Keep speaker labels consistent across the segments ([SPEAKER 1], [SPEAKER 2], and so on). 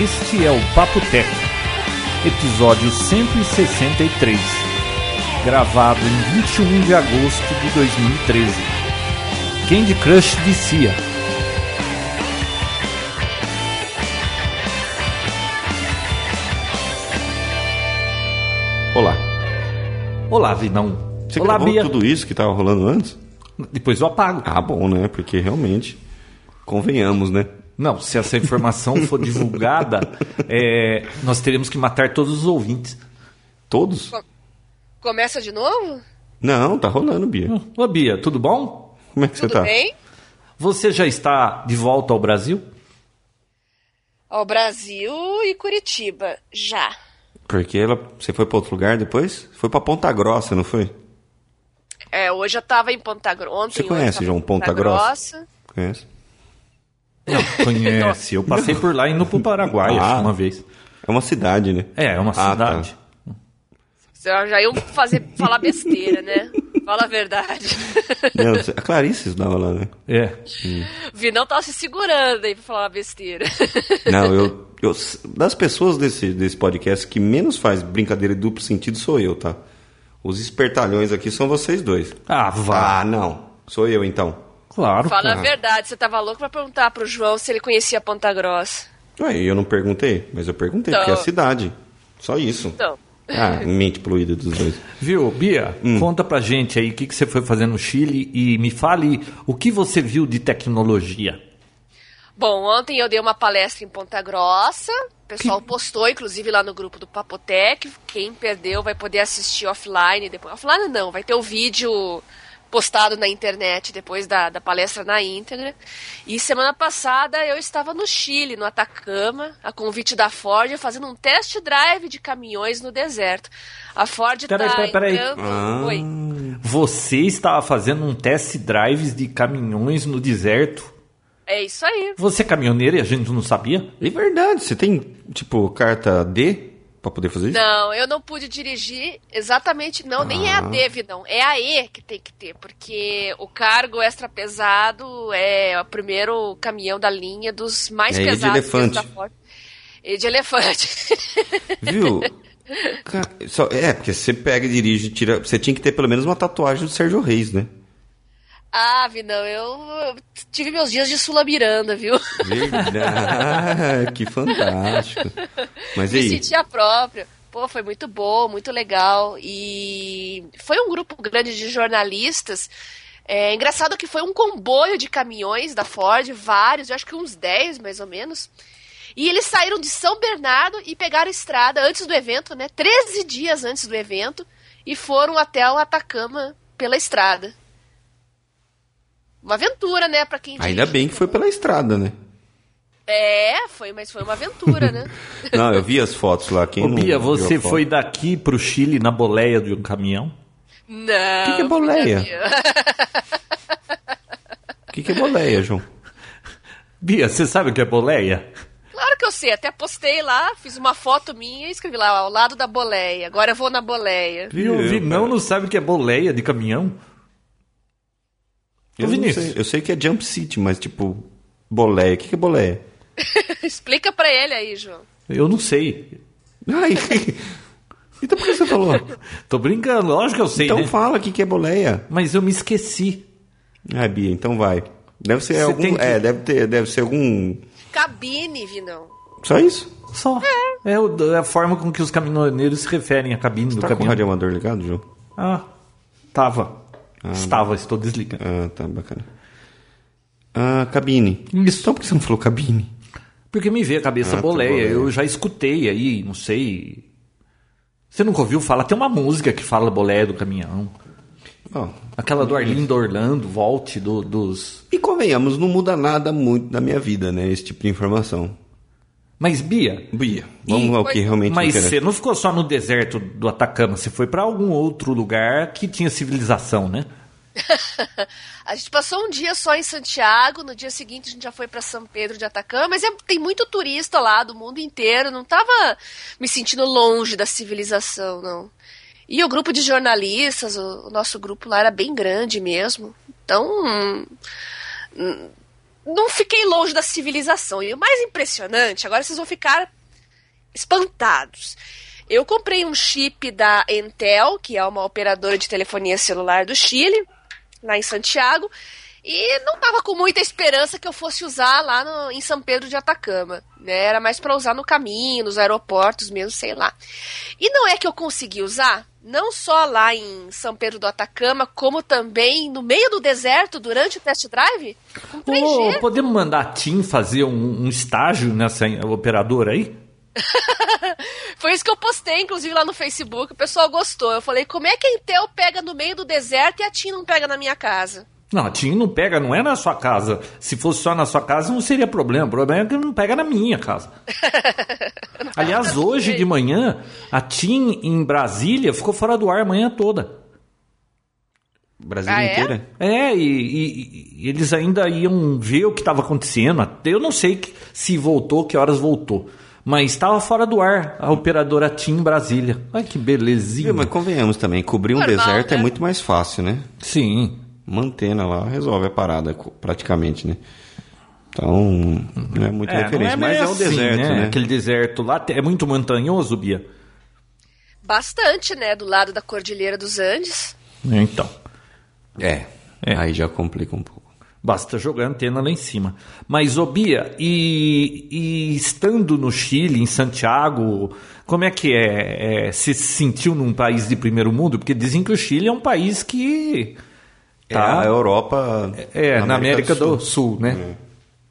[SPEAKER 1] Este é o Papo Tech, episódio 163, gravado em 21 de agosto de 2013. Candy Crush vicia. Olá. Olá, Vinão.
[SPEAKER 2] Você
[SPEAKER 1] Olá,
[SPEAKER 2] gravou
[SPEAKER 1] Bia.
[SPEAKER 2] tudo isso que tava rolando antes?
[SPEAKER 1] Depois eu apago.
[SPEAKER 2] Ah, bom, né? Porque realmente, convenhamos, né?
[SPEAKER 1] Não, se essa informação for divulgada, é, nós teremos que matar todos os ouvintes.
[SPEAKER 2] Todos?
[SPEAKER 3] Começa de novo?
[SPEAKER 2] Não, tá rolando, Bia.
[SPEAKER 1] Ô Bia, tudo bom?
[SPEAKER 2] Como é que você
[SPEAKER 3] Tudo
[SPEAKER 2] tá?
[SPEAKER 3] bem?
[SPEAKER 1] Você já está de volta ao Brasil?
[SPEAKER 3] Ó, Brasil e Curitiba, já.
[SPEAKER 2] Porque ela, você foi pra outro lugar depois? Foi pra Ponta Grossa, não foi?
[SPEAKER 3] É, hoje eu tava em Ponta Grossa. Ontem,
[SPEAKER 2] Você conhece,
[SPEAKER 3] hoje eu tava
[SPEAKER 2] João,
[SPEAKER 3] em Ponta,
[SPEAKER 2] Ponta
[SPEAKER 3] Grossa?
[SPEAKER 2] Conhece?
[SPEAKER 1] Não, conhece. Eu passei por lá indo pro Paraguai
[SPEAKER 2] Ah.
[SPEAKER 1] acho, uma vez.
[SPEAKER 2] É uma cidade, né?
[SPEAKER 1] É, é uma
[SPEAKER 2] Ah,
[SPEAKER 1] cidade.
[SPEAKER 2] tá.
[SPEAKER 3] Você já iam fazer, falar besteira, né? Fala a verdade.
[SPEAKER 2] Não, você- a Clarice estudava lá, né?
[SPEAKER 1] É.
[SPEAKER 3] Vinão tava se segurando aí pra falar besteira.
[SPEAKER 2] Não, eu, eu- Das pessoas desse, desse podcast que menos faz brincadeira de duplo sentido sou eu, tá? Os espertalhões aqui são vocês dois.
[SPEAKER 1] Ah, vá.
[SPEAKER 2] Ah, não. Sou eu, então.
[SPEAKER 1] Claro.
[SPEAKER 3] Fala a
[SPEAKER 1] cara.
[SPEAKER 3] verdade, você tava louco pra perguntar pro João se ele conhecia Ponta Grossa.
[SPEAKER 2] Ué, eu não perguntei, mas eu perguntei,
[SPEAKER 3] Então-
[SPEAKER 2] porque é a cidade. Só isso.
[SPEAKER 3] Então,
[SPEAKER 2] Ah, mente poluída dos dois.
[SPEAKER 1] Viu, Bia?
[SPEAKER 2] Hum.
[SPEAKER 1] Conta pra gente aí o que, que você foi fazer no Chile e me fale o que você viu de tecnologia.
[SPEAKER 3] Bom, ontem eu dei uma palestra em Ponta Grossa. O pessoal postou, inclusive, lá no grupo do Papotec. Quem perdeu vai poder assistir offline depois. Offline não, vai ter o vídeo postado na internet depois da, da palestra na íntegra. E semana passada eu estava no Chile, no Atacama, a convite da Ford, fazendo um test drive de caminhões no deserto. A Ford está
[SPEAKER 1] Peraí, peraí, peraí.
[SPEAKER 3] entrando... Oi.
[SPEAKER 1] Você estava fazendo um test drives de caminhões no deserto.
[SPEAKER 3] É isso aí.
[SPEAKER 1] Você é caminhoneiro e a gente não sabia?
[SPEAKER 2] É verdade, você tem, tipo, carta D pra poder fazer isso?
[SPEAKER 3] Não, eu não pude dirigir exatamente, não, nem é
[SPEAKER 2] Ah.
[SPEAKER 3] a DEV, não. É a E que tem que ter, porque o cargo extra pesado é o primeiro caminhão da linha dos mais
[SPEAKER 2] É E de
[SPEAKER 3] pesados. dentro
[SPEAKER 2] elefante.
[SPEAKER 3] Da Ford. E de elefante.
[SPEAKER 2] Viu? Ca- Só, é, porque você pega e dirige, tira. Você tinha que ter pelo menos uma tatuagem do Sérgio Reis, né?
[SPEAKER 3] ah, Vinão, eu tive meus dias de Sula Miranda, viu?
[SPEAKER 2] Verdade, que fantástico. Mas e
[SPEAKER 3] Me
[SPEAKER 2] aí?
[SPEAKER 3] senti a própria. Pô, foi muito bom, muito legal. E foi um grupo grande de jornalistas. É engraçado que foi um comboio de caminhões da Ford, vários, eu acho que uns 10 mais ou menos. E eles saíram de São Bernardo e pegaram a estrada antes do evento, né? 13 dias antes do evento, e foram até o Atacama pela estrada. Uma aventura, né, pra quem
[SPEAKER 2] Ainda
[SPEAKER 3] dirige.
[SPEAKER 2] bem que foi pela estrada, né?
[SPEAKER 3] É, foi, mas foi uma aventura, né?
[SPEAKER 2] Não, eu vi as fotos lá. Quem
[SPEAKER 1] Ô,
[SPEAKER 2] não
[SPEAKER 1] Bia,
[SPEAKER 2] viu a
[SPEAKER 1] você
[SPEAKER 2] foto?
[SPEAKER 1] foi daqui pro Chile na boleia de um caminhão?
[SPEAKER 3] Não.
[SPEAKER 2] Que que é
[SPEAKER 3] filha
[SPEAKER 2] boleia?
[SPEAKER 3] minha.
[SPEAKER 2] O que, que é boleia, João?
[SPEAKER 1] Bia, você sabe o que é boleia?
[SPEAKER 3] Claro que eu sei, até postei lá, fiz uma foto minha e escrevi lá, ó, ao lado da boleia. Agora eu vou na boleia.
[SPEAKER 1] E o
[SPEAKER 2] Eu,
[SPEAKER 1] Vinão
[SPEAKER 2] cara.
[SPEAKER 1] não sabe o que é boleia de caminhão? Ô,
[SPEAKER 2] Eu, não
[SPEAKER 1] Vinícius.
[SPEAKER 2] sei, eu sei que é Jump City, mas tipo, boleia. O que, que é boleia?
[SPEAKER 3] Explica pra ele aí, João.
[SPEAKER 1] Eu não sei.
[SPEAKER 2] Ai, então por que você falou?
[SPEAKER 1] Tô brincando, lógico que eu sei,
[SPEAKER 2] Então
[SPEAKER 1] né?
[SPEAKER 2] fala o que, que é boleia.
[SPEAKER 1] Mas eu me esqueci.
[SPEAKER 2] Ah, Bia, então vai. Deve
[SPEAKER 1] Você
[SPEAKER 2] ser
[SPEAKER 1] tem
[SPEAKER 2] algum.
[SPEAKER 1] que-
[SPEAKER 2] É, deve, ter, deve ser algum.
[SPEAKER 3] Cabine, Vinão.
[SPEAKER 2] Só isso?
[SPEAKER 1] Só. É, o- é a forma com que os caminhoneiros se referem à cabine do
[SPEAKER 2] Tá com o
[SPEAKER 1] caminhão.
[SPEAKER 2] radioamador ligado, João?
[SPEAKER 1] Ah, tava. Estava, estou desligando.
[SPEAKER 2] Ah, tá, bacana. Ah, cabine.
[SPEAKER 1] Isso.
[SPEAKER 2] Então por que você não falou cabine?
[SPEAKER 1] Porque me veio a cabeça
[SPEAKER 2] Ah, tá,
[SPEAKER 1] boleia.
[SPEAKER 2] boleia.
[SPEAKER 1] Eu já escutei aí, não sei. Você nunca ouviu falar? Tem uma música que fala boleia do caminhão.
[SPEAKER 2] Ó,
[SPEAKER 1] Aquela do Arlindo Orlando, volte do- dos.
[SPEAKER 2] E convenhamos, não muda nada muito da minha vida, né? Esse tipo de informação.
[SPEAKER 1] Mas, Bia,
[SPEAKER 2] Bia, vamos
[SPEAKER 3] Ih,
[SPEAKER 2] ao que
[SPEAKER 3] pois-
[SPEAKER 2] realmente
[SPEAKER 1] mas
[SPEAKER 2] interessa.
[SPEAKER 1] você não ficou só no deserto do Atacama, você foi pra algum outro lugar que tinha civilização, né?
[SPEAKER 3] A gente passou um dia só em Santiago, no dia seguinte a gente já foi pra São Pedro de Atacama, mas é- tem muito turista lá do mundo inteiro, não tava me sentindo longe da civilização, não. E o grupo de jornalistas, o, o nosso grupo lá era bem grande mesmo, então hum, hum, não fiquei longe da civilização. E o mais impressionante, agora vocês vão ficar espantados. Eu comprei um chip da Entel, que é uma operadora de telefonia celular do Chile, lá em Santiago, e não estava com muita esperança que eu fosse usar lá no, em São Pedro de Atacama. Né? Era mais para usar no caminho, nos aeroportos mesmo, sei lá. E não é que eu consegui usar, não só lá em São Pedro do Atacama, como também no meio do deserto, durante o test drive, com 3G.
[SPEAKER 1] Ô, podemos mandar a Tim fazer um, um estágio nessa operadora aí?
[SPEAKER 3] Foi isso que eu postei, inclusive, lá no Facebook. O pessoal gostou. Eu falei, como é que a Intel pega no meio do deserto e a TIM não pega na minha casa?
[SPEAKER 1] Não, a TIM não pega, não é na sua casa. Se fosse só na sua casa, não seria problema. O problema é que não pega na minha casa. Aliás, hoje de manhã, a TIM em Brasília ficou fora do ar a manhã toda.
[SPEAKER 2] Brasília
[SPEAKER 3] Ah, é?
[SPEAKER 2] inteira?
[SPEAKER 1] É, e, e- e eles ainda iam ver o que estava acontecendo. Até Eu não sei que- se voltou, que horas voltou. Mas estava fora do ar a operadora TIM Brasília. Olha que belezinha.
[SPEAKER 2] Viu, mas convenhamos também, cobrir um
[SPEAKER 3] Normal,
[SPEAKER 2] deserto é
[SPEAKER 3] né?
[SPEAKER 2] muito mais fácil, né?
[SPEAKER 1] Sim.
[SPEAKER 2] Uma antena lá resolve a parada co- praticamente, né? Então, não é muito referência,
[SPEAKER 1] bem
[SPEAKER 2] mas é um
[SPEAKER 1] assim,
[SPEAKER 2] deserto, né?
[SPEAKER 1] Aquele deserto lá te- é muito montanhoso, Bia.
[SPEAKER 3] Bastante, né? Do lado da Cordilheira dos Andes.
[SPEAKER 1] É, Então,
[SPEAKER 2] É.
[SPEAKER 1] É.
[SPEAKER 2] Aí já complica um pouco.
[SPEAKER 1] basta jogar a antena lá em cima. Mas, ô Bia, e, e estando no Chile, em Santiago, como é que é? é? Se sentiu num país de primeiro mundo? Porque dizem que o Chile é um país que...
[SPEAKER 2] É
[SPEAKER 1] Tá,
[SPEAKER 2] a Europa.
[SPEAKER 1] é, na América, do, Sul, né?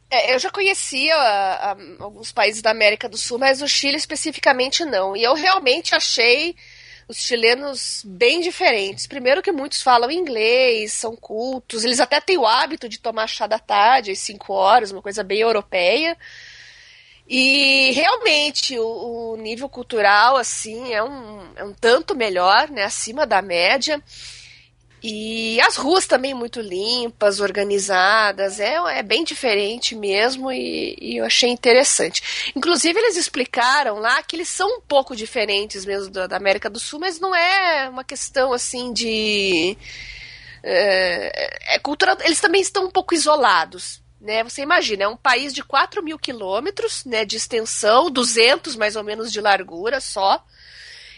[SPEAKER 3] É, eu já conhecia a- a- alguns países da América do Sul, mas o Chile especificamente não. E eu realmente achei os chilenos bem diferentes. Primeiro que muitos falam inglês, são cultos, eles até têm o hábito de tomar chá da tarde, às 5 horas, uma coisa bem europeia. E realmente o, o nível cultural, assim, é um, é um tanto melhor, né? Acima da média. E as ruas também muito limpas, organizadas, é, é bem diferente mesmo e, e eu achei interessante. Inclusive, eles explicaram lá que eles são um pouco diferentes mesmo da, da América do Sul, mas não é uma questão assim de. É, é cultura, eles também estão um pouco isolados. Né? Você imagina, é um país de 4 mil quilômetros né, de extensão, 200 mais ou menos de largura só.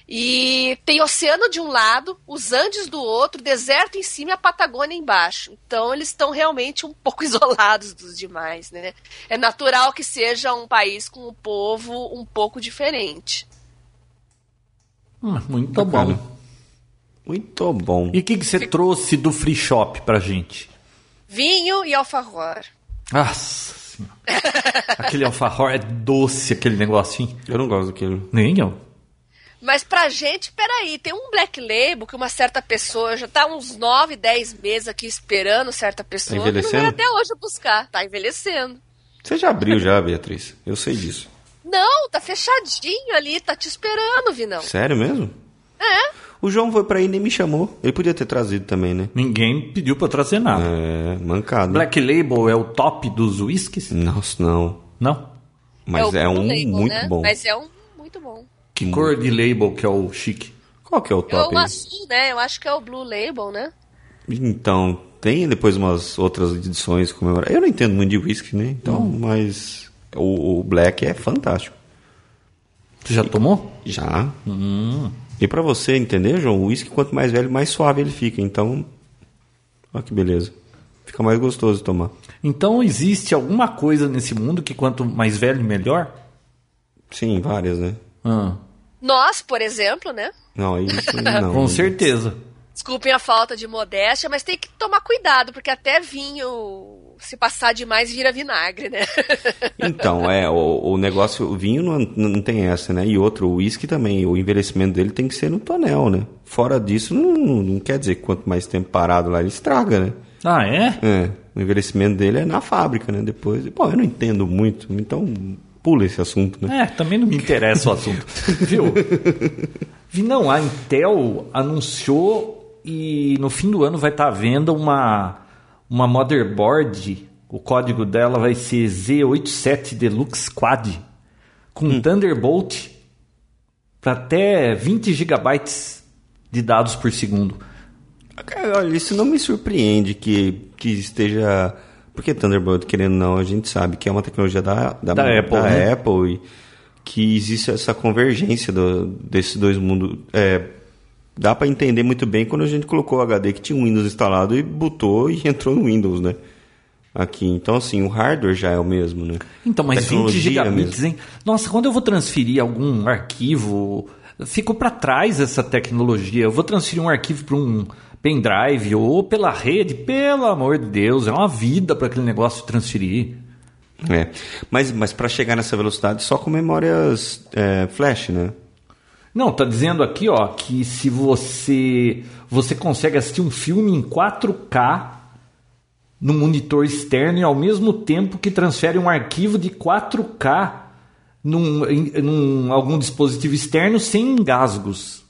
[SPEAKER 3] E tem oceano de um lado, os Andes do outro, deserto em cima e a Patagônia embaixo. Então eles estão realmente um pouco isolados dos demais, né? É natural que seja um país com um povo um pouco diferente.
[SPEAKER 1] Hum, muito
[SPEAKER 2] Bacana.
[SPEAKER 1] bom.
[SPEAKER 2] Muito bom.
[SPEAKER 1] E o que, que você trouxe do free shop pra gente?
[SPEAKER 3] Vinho e alfajor.
[SPEAKER 1] Nossa senhora. aquele alfajor é doce, aquele negocinho.
[SPEAKER 2] Eu não gosto daquilo.
[SPEAKER 1] Nem eu.
[SPEAKER 3] Mas pra gente, peraí, tem um black label que uma certa pessoa já tá uns 9, 10 meses aqui esperando certa pessoa que não veio
[SPEAKER 2] envelhecendo?
[SPEAKER 3] até hoje buscar. Tá envelhecendo.
[SPEAKER 2] Você já abriu já, Beatriz? Eu sei disso.
[SPEAKER 3] Não, tá fechadinho ali, tá te esperando, Vinão.
[SPEAKER 2] Sério mesmo?
[SPEAKER 3] É.
[SPEAKER 2] O João foi pra aí e nem me chamou. Ele podia ter trazido também, né?
[SPEAKER 1] Ninguém pediu pra eu trazer nada.
[SPEAKER 2] É, mancado.
[SPEAKER 1] Black Label é o top dos whiskies?
[SPEAKER 2] Nossa, não.
[SPEAKER 1] Não.
[SPEAKER 2] Mas é,
[SPEAKER 3] o
[SPEAKER 2] um
[SPEAKER 3] Blue Label,
[SPEAKER 2] muito
[SPEAKER 3] né?
[SPEAKER 2] bom.
[SPEAKER 3] Mas é um muito bom.
[SPEAKER 1] Que cor de label que é o chique?
[SPEAKER 2] Qual que é o
[SPEAKER 3] É
[SPEAKER 2] top?
[SPEAKER 3] o
[SPEAKER 2] aí?
[SPEAKER 3] azul, né? Eu acho que é o Blue Label, né?
[SPEAKER 2] Então, tem depois umas outras edições comemoradas. Eu não entendo muito de whisky, né? Então, mas o, o Black é fantástico.
[SPEAKER 1] Tu já tomou?
[SPEAKER 2] Já.
[SPEAKER 1] Hum.
[SPEAKER 2] E pra você entender, João, o uísque, quanto mais velho, mais suave ele fica. Então, olha que beleza. Fica mais gostoso de tomar.
[SPEAKER 1] Então existe alguma coisa nesse mundo que quanto mais velho, melhor?
[SPEAKER 2] Sim, várias, né?
[SPEAKER 1] Ah,
[SPEAKER 3] Nós, por exemplo, né?
[SPEAKER 2] Não, isso não.
[SPEAKER 1] com certeza.
[SPEAKER 3] Desculpem a falta de modéstia, mas tem que tomar cuidado, porque até vinho, se passar demais, vira vinagre, né?
[SPEAKER 2] Então, é, o, o negócio, o vinho não, não tem essa, né? E outro, o uísque também, o envelhecimento dele tem que ser no tonel, né? Fora disso, não, não quer dizer que quanto mais tempo parado lá, ele estraga, né?
[SPEAKER 1] Ah, é?
[SPEAKER 2] É, o envelhecimento dele é na fábrica, né? Depois, bom, eu não entendo muito, então pula esse assunto, né?
[SPEAKER 1] É, também não me interessa o assunto. Viu? Vi, não, a Intel anunciou e no fim do ano vai estar à venda uma, uma motherboard. O código dela vai ser Z87 Deluxe Quad com Thunderbolt para até 20 GB de dados por segundo.
[SPEAKER 2] Cara, olha, isso não me surpreende que, que esteja Porque Thunderbird, querendo ou não, a gente sabe que é uma tecnologia da, da,
[SPEAKER 1] Da Apple,
[SPEAKER 2] da
[SPEAKER 1] né?
[SPEAKER 2] Apple e que existe essa convergência do- desses dois mundos. É, dá para entender muito bem quando a gente colocou o HD que tinha um Windows instalado e botou e entrou no Windows, né? Aqui. Então, assim, o hardware já é o mesmo, né?
[SPEAKER 1] Então, mas 20
[SPEAKER 2] Tecnologia é
[SPEAKER 1] gigabits,
[SPEAKER 2] mesmo.
[SPEAKER 1] hein? Nossa, quando eu vou transferir algum arquivo, ficou para trás essa tecnologia. Eu vou transferir um arquivo para um pendrive ou pela rede, pelo amor de Deus, é uma vida para aquele negócio transferir.
[SPEAKER 2] É. Mas, mas para chegar nessa velocidade, só com memórias é, flash, né?
[SPEAKER 1] Não, tá dizendo aqui, ó, que se você você consegue assistir um filme em 4K no monitor externo e ao mesmo tempo que transfere um arquivo de 4K num, em- num algum dispositivo externo sem engasgos.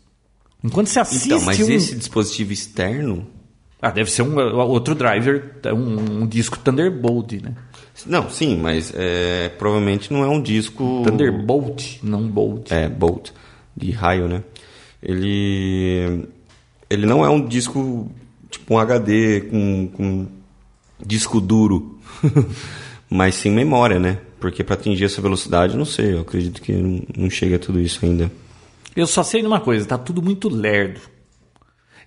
[SPEAKER 1] Enquanto você assiste
[SPEAKER 2] Então, mas
[SPEAKER 1] um...
[SPEAKER 2] esse dispositivo externo.
[SPEAKER 1] Ah, deve ser um outro driver, um, um disco Thunderbolt, né?
[SPEAKER 2] Não, sim, mas é, provavelmente não é um disco.
[SPEAKER 1] Thunderbolt, não Bolt.
[SPEAKER 2] É, Bolt, de raio, né? Ele. Ele não é um disco. Tipo um HD com, com disco duro. mas sem memória, né? Porque para atingir essa velocidade, não sei, eu acredito que não, não chega a tudo isso ainda.
[SPEAKER 1] Eu só sei de uma coisa, tá tudo muito lerdo.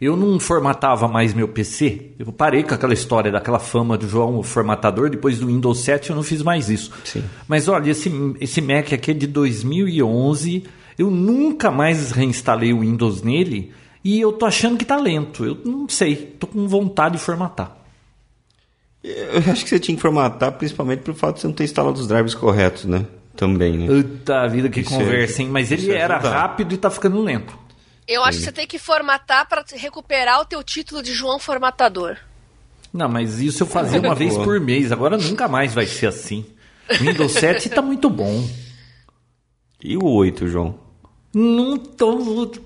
[SPEAKER 1] Eu não formatava mais meu PC. Eu parei com aquela história daquela fama do João o formatador. Depois do Windows 7 eu não fiz mais isso.
[SPEAKER 2] Sim.
[SPEAKER 1] Mas olha, esse, esse Mac aqui é de 2011. Eu nunca mais reinstalei o Windows nele. E eu tô achando que tá lento. Eu não sei. Tô com vontade de formatar.
[SPEAKER 2] Eu acho que você tinha que formatar, principalmente pelo fato de você não ter instalado os drivers corretos, né? Também, né?
[SPEAKER 1] Puta vida, que
[SPEAKER 2] Isso é-
[SPEAKER 1] conversa, hein? Mas
[SPEAKER 2] isso
[SPEAKER 1] ele
[SPEAKER 2] é
[SPEAKER 1] era
[SPEAKER 2] verdade.
[SPEAKER 1] rápido e tá ficando lento.
[SPEAKER 3] Eu acho que você tem que formatar pra recuperar o teu título de João Formatador.
[SPEAKER 1] Não, mas isso eu fazia uma vez
[SPEAKER 2] Boa.
[SPEAKER 1] por mês. Agora nunca mais vai ser assim. Windows 7 tá muito bom.
[SPEAKER 2] E o 8, João?
[SPEAKER 1] Não tô.
[SPEAKER 2] Não tá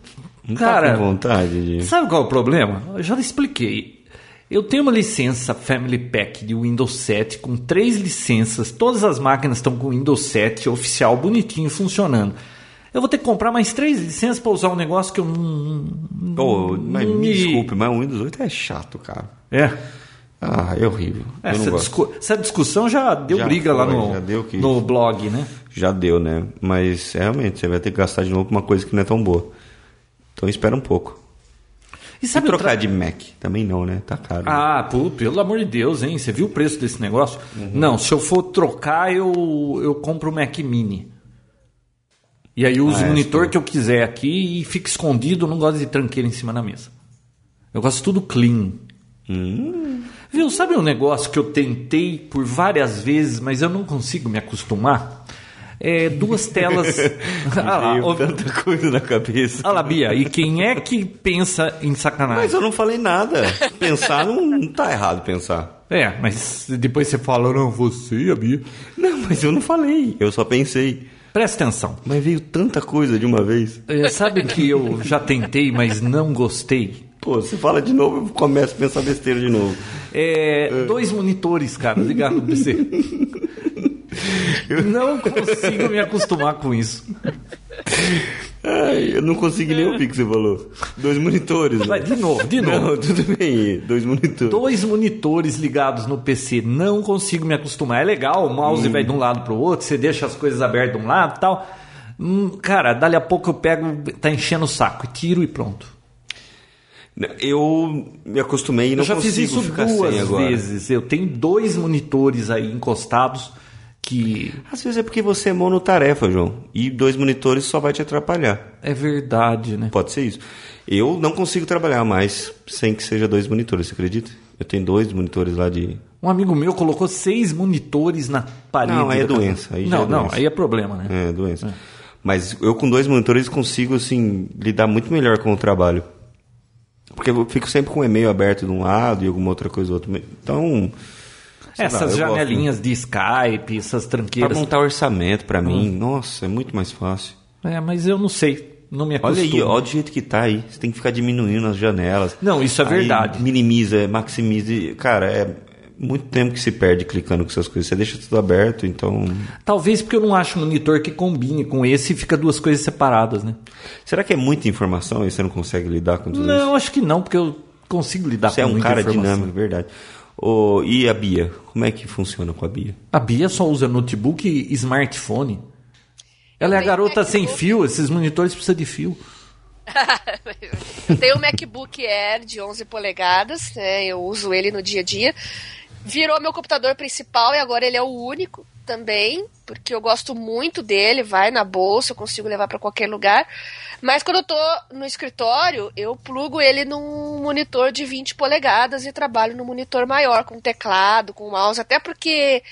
[SPEAKER 2] com
[SPEAKER 1] Cara,
[SPEAKER 2] vontade de.
[SPEAKER 1] sabe qual é o problema? Eu já expliquei. Eu tenho uma licença Family Pack de Windows 7 com três licenças. Todas as máquinas estão com Windows 7 oficial, bonitinho, funcionando. Eu vou ter que comprar mais três licenças pra usar um negócio que eu não.
[SPEAKER 2] Ô, mas me
[SPEAKER 1] Me-
[SPEAKER 2] desculpe, mas o Windows 8 é chato, cara.
[SPEAKER 1] É.
[SPEAKER 2] Ah, é horrível. Eu não
[SPEAKER 1] Essa,
[SPEAKER 2] gosto.
[SPEAKER 1] discu- essa discussão já deu
[SPEAKER 2] Já
[SPEAKER 1] briga lá
[SPEAKER 2] foi,
[SPEAKER 1] no,
[SPEAKER 2] já deu que-
[SPEAKER 1] no blog, né?
[SPEAKER 2] Já deu, né? Mas realmente, você vai ter que gastar de novo pra uma coisa que não é tão boa. Então espera um pouco.
[SPEAKER 1] E
[SPEAKER 2] E
[SPEAKER 1] sabe
[SPEAKER 2] trocar
[SPEAKER 1] outra-
[SPEAKER 2] de Mac também não, né? Tá caro.
[SPEAKER 1] Ah, pô, pelo amor de Deus, hein? Você viu o preço desse negócio?
[SPEAKER 2] Uhum.
[SPEAKER 1] Não, se eu for trocar, eu, eu compro o Mac Mini. E aí eu uso
[SPEAKER 2] Ah,
[SPEAKER 1] o
[SPEAKER 2] é,
[SPEAKER 1] monitor
[SPEAKER 2] sim.
[SPEAKER 1] que eu quiser aqui e fica escondido, eu não gosto de tranqueira em cima da mesa. Eu gosto tudo clean.
[SPEAKER 2] Hum.
[SPEAKER 1] Viu, sabe um negócio que eu tentei por várias vezes, mas eu não consigo me acostumar? É, duas telas. ah, lá,
[SPEAKER 2] Veio
[SPEAKER 1] ó,
[SPEAKER 2] tanta coisa na cabeça.
[SPEAKER 1] ah lá, Bia, e quem é que pensa em sacanagem?
[SPEAKER 2] Mas eu não falei nada. Pensar não, não tá errado pensar.
[SPEAKER 1] É, mas depois você fala, não, você, a Bia.
[SPEAKER 2] Não, mas eu não falei. Eu só pensei.
[SPEAKER 1] Presta atenção.
[SPEAKER 2] Mas veio tanta coisa de uma vez.
[SPEAKER 1] É, sabe que eu já tentei, mas não gostei?
[SPEAKER 2] Pô, você fala de novo, eu começo a pensar besteira de novo.
[SPEAKER 1] É, dois monitores, cara, ligado no PC. Não consigo me acostumar com isso.
[SPEAKER 2] Ai, eu não consegui nem ouvir o que você falou. Dois monitores. né?
[SPEAKER 1] Vai, de novo, de novo.
[SPEAKER 2] Não, tudo bem. Dois monitores.
[SPEAKER 1] Dois monitores ligados no PC, não consigo me acostumar. É legal, o mouse vai de um lado pro outro, você deixa as coisas abertas de um lado e tal. Hum, cara, dali a pouco eu pego, tá enchendo o saco, tiro e pronto.
[SPEAKER 2] Eu me acostumei e não
[SPEAKER 1] eu já
[SPEAKER 2] consigo
[SPEAKER 1] fiz isso
[SPEAKER 2] ficar
[SPEAKER 1] duas
[SPEAKER 2] sem agora.
[SPEAKER 1] vezes. Eu tenho dois monitores aí encostados que
[SPEAKER 2] Às vezes é porque você é monotarefa, João. E dois monitores só vai te atrapalhar.
[SPEAKER 1] é verdade, né?
[SPEAKER 2] Pode ser isso. Eu não consigo trabalhar mais sem que seja dois monitores, você acredita? Eu tenho dois monitores lá de.
[SPEAKER 1] Um amigo meu colocou seis monitores na parede.
[SPEAKER 2] Não, aí é
[SPEAKER 1] da casa.
[SPEAKER 2] doença, aí já
[SPEAKER 1] não,
[SPEAKER 2] é
[SPEAKER 1] não,
[SPEAKER 2] doença.
[SPEAKER 1] aí é problema, né?
[SPEAKER 2] É, doença. Mas eu com dois monitores consigo, assim, lidar muito melhor com o trabalho. Porque eu fico sempre com o e-mail aberto de um lado e alguma outra coisa do outro. Então. sei lá,
[SPEAKER 1] Essas
[SPEAKER 2] eu gosto, né? Tá
[SPEAKER 1] janelinhas de Skype, essas
[SPEAKER 2] Pra
[SPEAKER 1] tranqueiras.
[SPEAKER 2] montar orçamento pra mim, nossa, é muito mais fácil. É
[SPEAKER 1] É, mas eu não sei, não me
[SPEAKER 2] Olha
[SPEAKER 1] acostumo.
[SPEAKER 2] aí, olha do jeito que tá aí. Você tem que ficar diminuindo as janelas.
[SPEAKER 1] Não, isso é
[SPEAKER 2] Aí
[SPEAKER 1] verdade.
[SPEAKER 2] Minimiza, maximiza. e, Cara, é muito tempo que se perde clicando com essas coisas. Você deixa tudo aberto, então.
[SPEAKER 1] Talvez porque eu não acho um monitor que combine com esse e fica duas coisas separadas, né?
[SPEAKER 2] Será que é muita informação e você não consegue lidar com tudo isso?
[SPEAKER 1] Não, acho que não, porque eu consigo lidar
[SPEAKER 2] Você é
[SPEAKER 1] com
[SPEAKER 2] um
[SPEAKER 1] muita
[SPEAKER 2] cara
[SPEAKER 1] informação.
[SPEAKER 2] dinâmico, verdade. O, e a Bia? Como é que funciona com a Bia?
[SPEAKER 1] A Bia só usa notebook e smartphone. Ela é a
[SPEAKER 3] Tem
[SPEAKER 1] garota sem
[SPEAKER 3] MacBook.
[SPEAKER 1] fio, esses monitores precisam de fio.
[SPEAKER 3] Tem o MacBook Air de 11 polegadas, né? Eu uso ele no dia a dia. Virou meu computador principal e agora ele é o único também, porque eu gosto muito dele, vai na bolsa, eu consigo levar para qualquer lugar. Mas quando eu tô no escritório, eu plugo ele num monitor de 20 polegadas e trabalho num monitor maior, com teclado, com mouse, até porque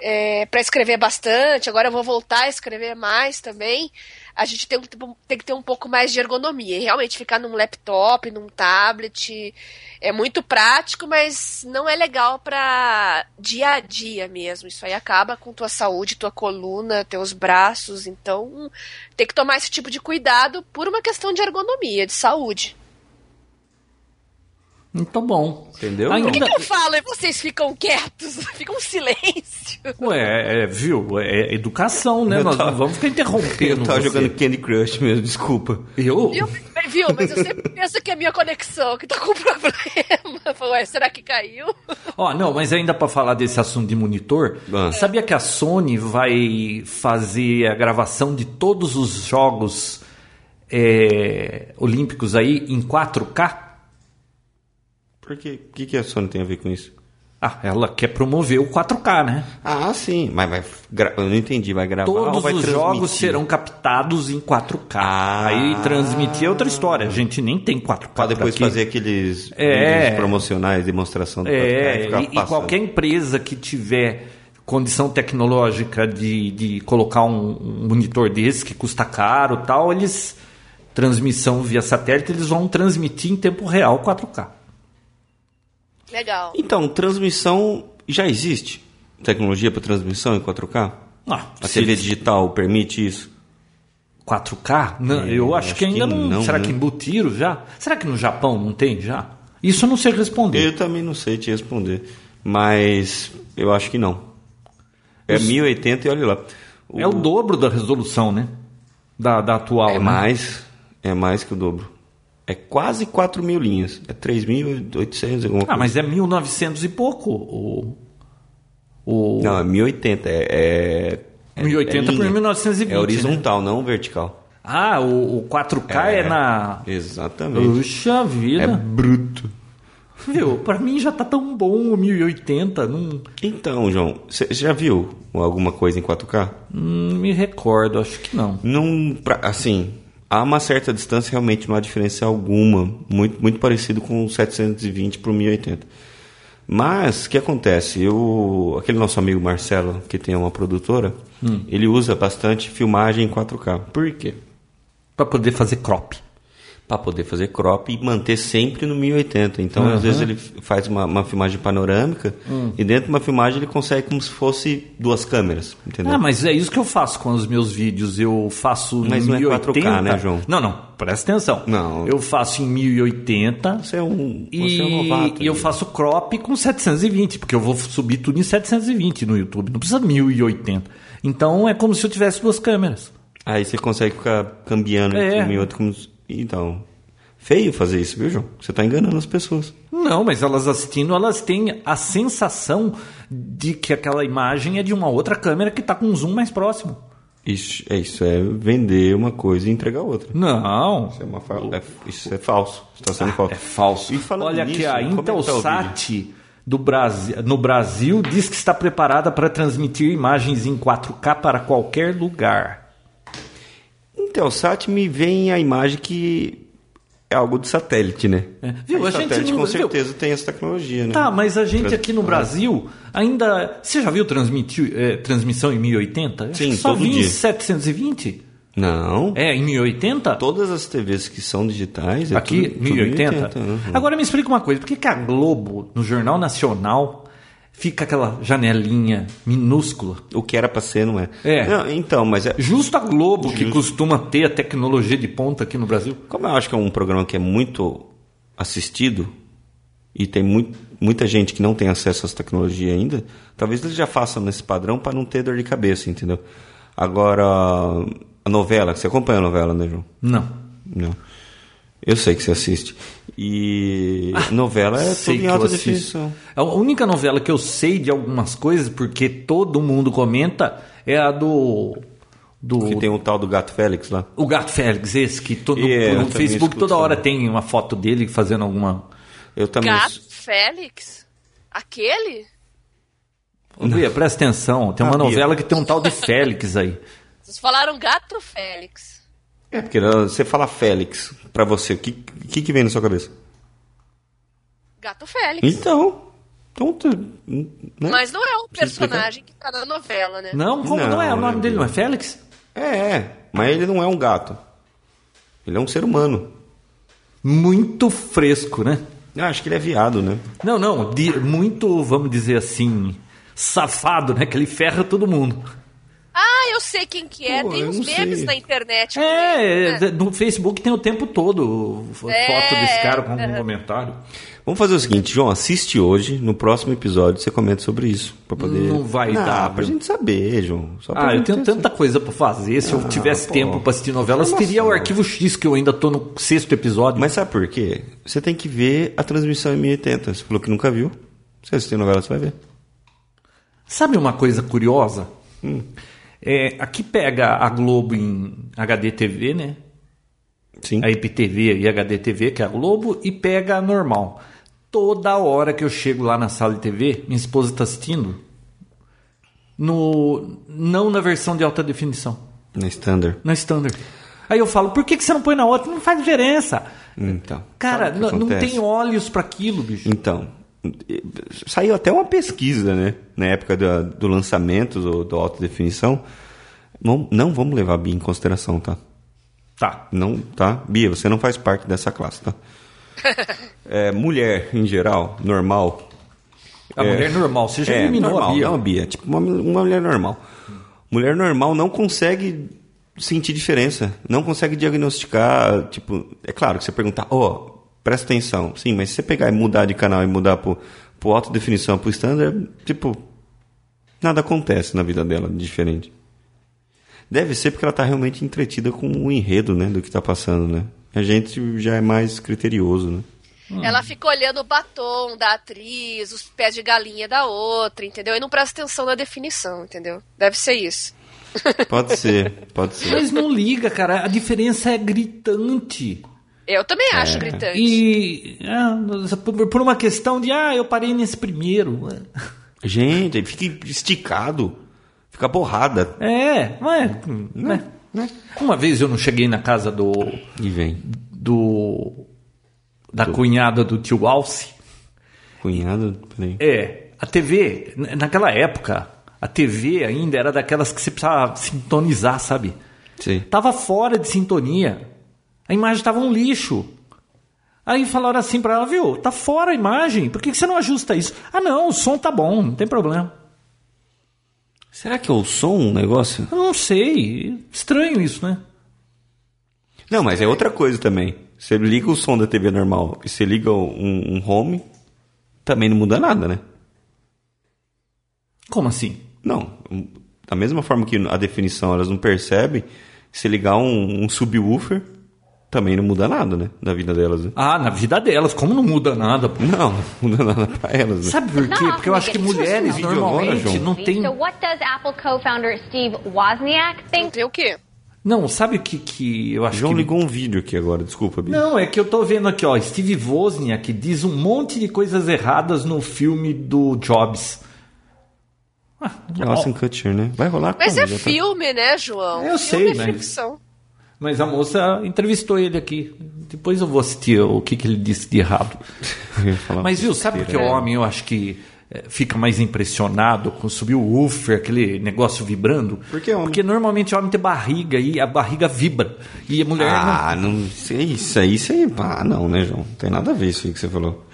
[SPEAKER 3] é, para escrever bastante, agora eu vou voltar a escrever mais também. A gente tem, um tipo- tem que ter um pouco mais de ergonomia. E realmente ficar num laptop, num tablet, é muito prático, mas não é legal para dia a dia mesmo. Isso aí acaba com tua saúde, tua coluna, teus braços. Então tem que tomar esse tipo de cuidado por uma questão de ergonomia, de saúde.
[SPEAKER 1] Então bom.
[SPEAKER 2] Entendeu?
[SPEAKER 1] Ainda-
[SPEAKER 3] Eu falo e vocês ficam quietos, fica um silêncio.
[SPEAKER 1] Ué, é, viu? É educação, né?
[SPEAKER 2] Eu
[SPEAKER 1] Nós
[SPEAKER 2] tava-
[SPEAKER 1] não vamos ficar interrompendo.
[SPEAKER 2] Eu tava
[SPEAKER 1] você.
[SPEAKER 2] jogando Candy Crush mesmo, desculpa.
[SPEAKER 1] Eu?
[SPEAKER 3] Viu? Viu? Mas eu sempre penso que é a minha conexão que tá com problema. Falo, Ué, será que caiu?
[SPEAKER 1] Ó, não, mas ainda pra falar desse assunto de monitor,
[SPEAKER 2] Ah.
[SPEAKER 1] sabia que a Sony vai fazer a gravação de todos os jogos é, olímpicos aí em 4K?
[SPEAKER 2] Por quê? O que, que a Sony tem a ver com isso?
[SPEAKER 1] Ah, ela quer promover o 4K, né?
[SPEAKER 2] Ah, sim. Mas vai. gra- Eu não entendi. Vai gravar ou
[SPEAKER 1] Todos
[SPEAKER 2] vai
[SPEAKER 1] os
[SPEAKER 2] transmitir?
[SPEAKER 1] jogos serão captados em 4K.
[SPEAKER 2] Ah.
[SPEAKER 1] Aí transmitir é outra história. A gente nem tem 4K.
[SPEAKER 2] Pra depois
[SPEAKER 1] aqui.
[SPEAKER 2] fazer aqueles
[SPEAKER 1] É.
[SPEAKER 2] vídeos promocionais, demonstração do podcast,
[SPEAKER 1] É,
[SPEAKER 2] ficar
[SPEAKER 1] e, e
[SPEAKER 2] passando.
[SPEAKER 1] qualquer empresa que tiver condição tecnológica de, de colocar um, um monitor desse que custa caro e tal, eles transmissão via satélite, eles vão transmitir em tempo real 4K.
[SPEAKER 3] Legal.
[SPEAKER 2] Então, transmissão já existe? Tecnologia para transmissão em 4K?
[SPEAKER 1] Ah,
[SPEAKER 2] A
[SPEAKER 1] se
[SPEAKER 2] TV
[SPEAKER 1] eles-
[SPEAKER 2] digital permite isso?
[SPEAKER 1] 4K? Não,
[SPEAKER 2] É,
[SPEAKER 1] eu acho, que ainda não, Será
[SPEAKER 2] né?
[SPEAKER 1] que embutiram já? Será que no Japão não tem já? Isso eu não sei responder.
[SPEAKER 2] Eu também não sei te responder, mas eu acho que não. É 1080 e olha lá.
[SPEAKER 1] É o dobro da resolução, né? Da, da atual. né?
[SPEAKER 2] É mais, é mais que o dobro. É quase 4 mil linhas. É 3.800 alguma coisa.
[SPEAKER 1] Ah, mas é 1900 e pouco. O, o
[SPEAKER 2] Não, é 1080. É, é, é
[SPEAKER 1] 1080 por
[SPEAKER 2] linha.
[SPEAKER 1] 1920,
[SPEAKER 2] É horizontal, não vertical.
[SPEAKER 1] Ah, o, o 4K é, na.
[SPEAKER 2] Exatamente.
[SPEAKER 1] Puxa vida.
[SPEAKER 2] É bruto. É.
[SPEAKER 1] Viu? Pra mim já tá tão bom o 1080. Não,
[SPEAKER 2] Então, João, você já viu alguma coisa em 4K?
[SPEAKER 1] não me recordo, acho que não.
[SPEAKER 2] Não, pra- assim, há uma certa distância, realmente não há diferença alguma, muito, muito parecido com o 720 para o 1080. Mas, o que acontece? Eu, aquele nosso amigo Marcelo, que tem uma produtora,
[SPEAKER 1] Hum.
[SPEAKER 2] ele usa bastante filmagem em 4K. Por quê?
[SPEAKER 1] Pra poder fazer crop.
[SPEAKER 2] Para poder fazer crop e manter sempre no 1080. Então,
[SPEAKER 1] Aham. Hum.
[SPEAKER 2] às vezes, ele f- faz uma, uma filmagem panorâmica e dentro de uma filmagem ele consegue como se fosse duas câmeras, entendeu?
[SPEAKER 1] Ah, mas é isso que eu faço com os meus vídeos. Eu faço
[SPEAKER 2] Mas
[SPEAKER 1] em
[SPEAKER 2] não é
[SPEAKER 1] 1080.
[SPEAKER 2] 4K, né, João?
[SPEAKER 1] Não, não. Presta atenção.
[SPEAKER 2] Não.
[SPEAKER 1] Eu faço em 1080.
[SPEAKER 2] Você é um, você
[SPEAKER 1] E,
[SPEAKER 2] é um novato.
[SPEAKER 1] e eu
[SPEAKER 2] né?
[SPEAKER 1] faço crop com 720, porque eu vou subir tudo em 720 no YouTube, não precisa 1080. Então é como se eu tivesse duas câmeras.
[SPEAKER 2] Aí você consegue ficar cambiando entre
[SPEAKER 1] É.
[SPEAKER 2] um e outro. Como... Então, feio fazer isso, viu, João? Você tá enganando as pessoas.
[SPEAKER 1] Não, mas elas assistindo, elas têm a sensação de que aquela imagem é de uma outra câmera que está com um zoom mais próximo.
[SPEAKER 2] Isso é, isso é vender uma coisa e entregar outra.
[SPEAKER 1] Não.
[SPEAKER 2] Isso é, uma fa- é- isso é falso. Está sendo falso.
[SPEAKER 1] É falso.
[SPEAKER 2] E falando
[SPEAKER 1] Olha aqui,
[SPEAKER 2] nisso,
[SPEAKER 1] a
[SPEAKER 2] como é que tá o
[SPEAKER 1] Intelsat do Brasil, no Brasil diz que está preparada para transmitir imagens em 4K para qualquer lugar.
[SPEAKER 2] Intelsat Então, me vem a imagem que é algo de satélite, né?
[SPEAKER 1] É. Viu? A
[SPEAKER 2] Aí
[SPEAKER 1] gente
[SPEAKER 2] satélite
[SPEAKER 1] não-
[SPEAKER 2] com
[SPEAKER 1] viu?
[SPEAKER 2] certeza tem essa tecnologia, né?
[SPEAKER 1] Tá, mas a gente
[SPEAKER 2] Trans-
[SPEAKER 1] aqui no Brasil ainda. Você já viu transmitir, eh, transmissão em 1080? Acho
[SPEAKER 2] Sim,
[SPEAKER 1] que só
[SPEAKER 2] todo
[SPEAKER 1] vi em
[SPEAKER 2] dia.
[SPEAKER 1] 720?
[SPEAKER 2] Não.
[SPEAKER 1] É, em 1080?
[SPEAKER 2] Todas as TVs que são digitais... é
[SPEAKER 1] aqui,
[SPEAKER 2] tudo- tudo
[SPEAKER 1] 1080?
[SPEAKER 2] 1080, uhum.
[SPEAKER 1] Agora me explica uma coisa: por que, que a Globo, no Jornal Nacional, fica aquela janelinha minúscula?
[SPEAKER 2] O que era pra ser, não é?
[SPEAKER 1] É.
[SPEAKER 2] Não, então, mas é,
[SPEAKER 1] Justo a Globo, que costuma ter a tecnologia de ponta aqui no Brasil.
[SPEAKER 2] Como eu acho que é um programa que é muito assistido e tem mui- muita gente que não tem acesso a essa tecnologia ainda, talvez eles já façam nesse padrão para não ter dor de cabeça, entendeu? Agora, a novela, você acompanha a novela, né, João?
[SPEAKER 1] Não.
[SPEAKER 2] Não. Eu sei que você assiste. E novela é
[SPEAKER 1] sei
[SPEAKER 2] tudo
[SPEAKER 1] que
[SPEAKER 2] em
[SPEAKER 1] eu
[SPEAKER 2] alta
[SPEAKER 1] assisto.
[SPEAKER 2] definição.
[SPEAKER 1] A única novela que eu sei de algumas coisas, porque todo mundo comenta, é a do. do
[SPEAKER 2] Que tem o tal do Gato Félix lá.
[SPEAKER 1] O Gato Félix, esse que todo,
[SPEAKER 2] É, eu
[SPEAKER 1] no
[SPEAKER 2] também
[SPEAKER 1] Facebook
[SPEAKER 2] escuto
[SPEAKER 1] toda hora
[SPEAKER 2] também.
[SPEAKER 1] tem uma foto dele fazendo alguma.
[SPEAKER 2] Eu também.
[SPEAKER 3] Gato Félix? Aquele?
[SPEAKER 1] Ô, Bia, presta atenção, tem uma
[SPEAKER 2] Ah, Bia.
[SPEAKER 1] novela que tem um tal de Félix aí.
[SPEAKER 3] Vocês falaram gato Félix.
[SPEAKER 2] É, porque você fala Félix pra você. O que, que, que vem na sua cabeça?
[SPEAKER 3] Gato Félix.
[SPEAKER 2] Então. Então. tu- Né?
[SPEAKER 3] Mas não é um
[SPEAKER 2] Precisa
[SPEAKER 3] personagem que tá na novela, né?
[SPEAKER 1] Não, como não,
[SPEAKER 2] Não,
[SPEAKER 1] é? O nome
[SPEAKER 2] né,
[SPEAKER 1] dele não é
[SPEAKER 2] Bia?
[SPEAKER 1] Félix?
[SPEAKER 2] É, é. Mas ele não é um gato. Ele é um ser humano.
[SPEAKER 1] Muito fresco, né?
[SPEAKER 2] Eu acho que ele é viado, né?
[SPEAKER 1] Não, não, de- muito, vamos dizer assim, safado, né? Que ele ferra todo mundo.
[SPEAKER 3] Ah, eu sei quem que é.
[SPEAKER 2] Pô,
[SPEAKER 3] Tem
[SPEAKER 2] eu
[SPEAKER 3] uns
[SPEAKER 2] não
[SPEAKER 3] memes
[SPEAKER 2] sei.
[SPEAKER 3] na internet. com ele,
[SPEAKER 1] É,
[SPEAKER 3] né?
[SPEAKER 1] d- no Facebook tem o tempo todo fo-
[SPEAKER 3] É.
[SPEAKER 1] foto desse cara com algum comentário.
[SPEAKER 2] Vamos fazer o seguinte, João, assiste hoje, no próximo episódio você comenta sobre isso. Pra poder.
[SPEAKER 1] Não vai
[SPEAKER 2] ah,
[SPEAKER 1] dar,
[SPEAKER 2] pra
[SPEAKER 1] viu?
[SPEAKER 2] gente saber, João. Só pra
[SPEAKER 1] Ah, eu
[SPEAKER 2] gente
[SPEAKER 1] tenho
[SPEAKER 2] ter
[SPEAKER 1] tanta coisa pra fazer. Se eu tivesse
[SPEAKER 2] Ah, pô.
[SPEAKER 1] tempo pra assistir novelas,
[SPEAKER 2] Informação.
[SPEAKER 1] teria o arquivo X que eu ainda tô no sexto episódio.
[SPEAKER 2] Mas sabe por quê? Você tem que ver a transmissão em 1080. Você falou que nunca viu. Se você assistir novela, você vai ver.
[SPEAKER 1] Sabe uma coisa curiosa?
[SPEAKER 2] Hum.
[SPEAKER 1] É, aqui pega a Globo em HD TV, né?
[SPEAKER 2] Sim.
[SPEAKER 1] A IPTV e HD TV, que é a Globo, e pega a normal. Toda hora que eu chego lá na sala de TV, minha esposa está assistindo. No, não na versão de alta definição,
[SPEAKER 2] Na standard.
[SPEAKER 1] na standard. Aí eu falo, por que, que você não põe na outra? Não faz diferença.
[SPEAKER 2] Então.
[SPEAKER 1] Cara,
[SPEAKER 2] sabe o que
[SPEAKER 1] não- não
[SPEAKER 2] acontece?
[SPEAKER 1] tem olhos pra aquilo, bicho.
[SPEAKER 2] Então. Saiu até uma pesquisa, né? Na época da- do, lançamento do, do Alta Definição. Não, não vamos levar a Bia em consideração, tá?
[SPEAKER 1] Tá.
[SPEAKER 2] Não, tá? Bia, você não faz parte dessa classe, tá? É, mulher, em geral, normal.
[SPEAKER 1] A
[SPEAKER 2] É.
[SPEAKER 1] mulher normal, você já
[SPEAKER 2] é,
[SPEAKER 1] eliminou
[SPEAKER 2] normal,
[SPEAKER 1] a Bia.
[SPEAKER 2] Não, Bia. Tipo, uma, uma mulher normal. Mulher normal não consegue sentir diferença. Não consegue diagnosticar. Tipo, é claro que você perguntar, ó, presta atenção. Sim, mas se você pegar e mudar de canal e mudar pro, pro alta definição, pro standard, tipo, nada acontece na vida dela de diferente. Deve ser porque ela tá realmente entretida com o enredo, né, do que tá passando, né? A gente já é mais criterioso, né?
[SPEAKER 3] Ela fica olhando o batom da atriz, os pés de galinha da outra, entendeu? E não presta atenção na definição, entendeu? Deve ser isso.
[SPEAKER 2] Pode ser, pode ser.
[SPEAKER 1] Mas não liga, cara. A diferença é gritante.
[SPEAKER 3] Eu também acho gritante.
[SPEAKER 1] E ah, por por uma questão de, ah, eu parei nesse primeiro.
[SPEAKER 2] Gente, ele fica esticado, fica borrada.
[SPEAKER 1] É, mas, né? Uma vez eu não cheguei na casa do.
[SPEAKER 2] E vem.
[SPEAKER 1] do da cunhada do tio Alce.
[SPEAKER 2] Cunhado, peraí.
[SPEAKER 1] É, a TV, n- naquela época, a TV ainda era daquelas que você precisava sintonizar, sabe?
[SPEAKER 2] Sei.
[SPEAKER 1] Tava fora de sintonia. A imagem tava um lixo. Aí falaram assim pra ela, viu? Tá fora a imagem. Por que, que você não ajusta isso? Ah, não, o som tá bom, não tem problema.
[SPEAKER 2] Será que é o som um negócio?
[SPEAKER 1] Eu não sei. Estranho isso, né?
[SPEAKER 2] Não, mas é outra coisa também. Você liga o som da TV normal e você liga um, um home, também não muda nada, né?
[SPEAKER 1] Como assim?
[SPEAKER 2] Não. um- Da mesma forma que a definição elas não percebem, se ligar um, um subwoofer, também não muda nada, né? Da vida delas, né?
[SPEAKER 1] Ah, na vida delas, como não muda nada? pô?
[SPEAKER 2] Não, não muda nada pra elas, né?
[SPEAKER 1] Sabe por quê? Porque eu acho que mulheres
[SPEAKER 2] Vídeo agora,
[SPEAKER 1] normalmente
[SPEAKER 2] João?
[SPEAKER 1] não tem.
[SPEAKER 4] So what does Apple co-founder Steve Wozniak
[SPEAKER 3] Não
[SPEAKER 4] think?
[SPEAKER 3] tem o quê?
[SPEAKER 1] Não, sabe o que, que eu acho
[SPEAKER 2] João
[SPEAKER 1] que.
[SPEAKER 2] ligou um vídeo aqui agora, desculpa, Bia.
[SPEAKER 1] Não, é que eu tô vendo aqui, ó. Steve Wozniak diz um monte de coisas erradas no filme do Jobs. Ah,
[SPEAKER 2] É Austin Kutcher, né? Vai rolar
[SPEAKER 3] Mas
[SPEAKER 2] quando?
[SPEAKER 3] é
[SPEAKER 2] Já tá-
[SPEAKER 3] filme, né, João?
[SPEAKER 1] Eu sei,
[SPEAKER 3] filme é
[SPEAKER 1] mas-
[SPEAKER 3] ficção.
[SPEAKER 1] Mas a moça entrevistou ele aqui. Depois eu vou assistir o que, que ele disse de errado.
[SPEAKER 2] Eu ia falar
[SPEAKER 1] Mas viu, sabe porque o homem eu acho que eh, fica mais impressionado com subir o woofer, aquele negócio vibrando?
[SPEAKER 2] Por que homem?
[SPEAKER 1] Porque normalmente o homem tem barriga e a barriga vibra. E a mulher
[SPEAKER 2] Ah, não sei isso aí, isso aí. Ah, não, né, João? Não tem nada a ver isso aí que você falou.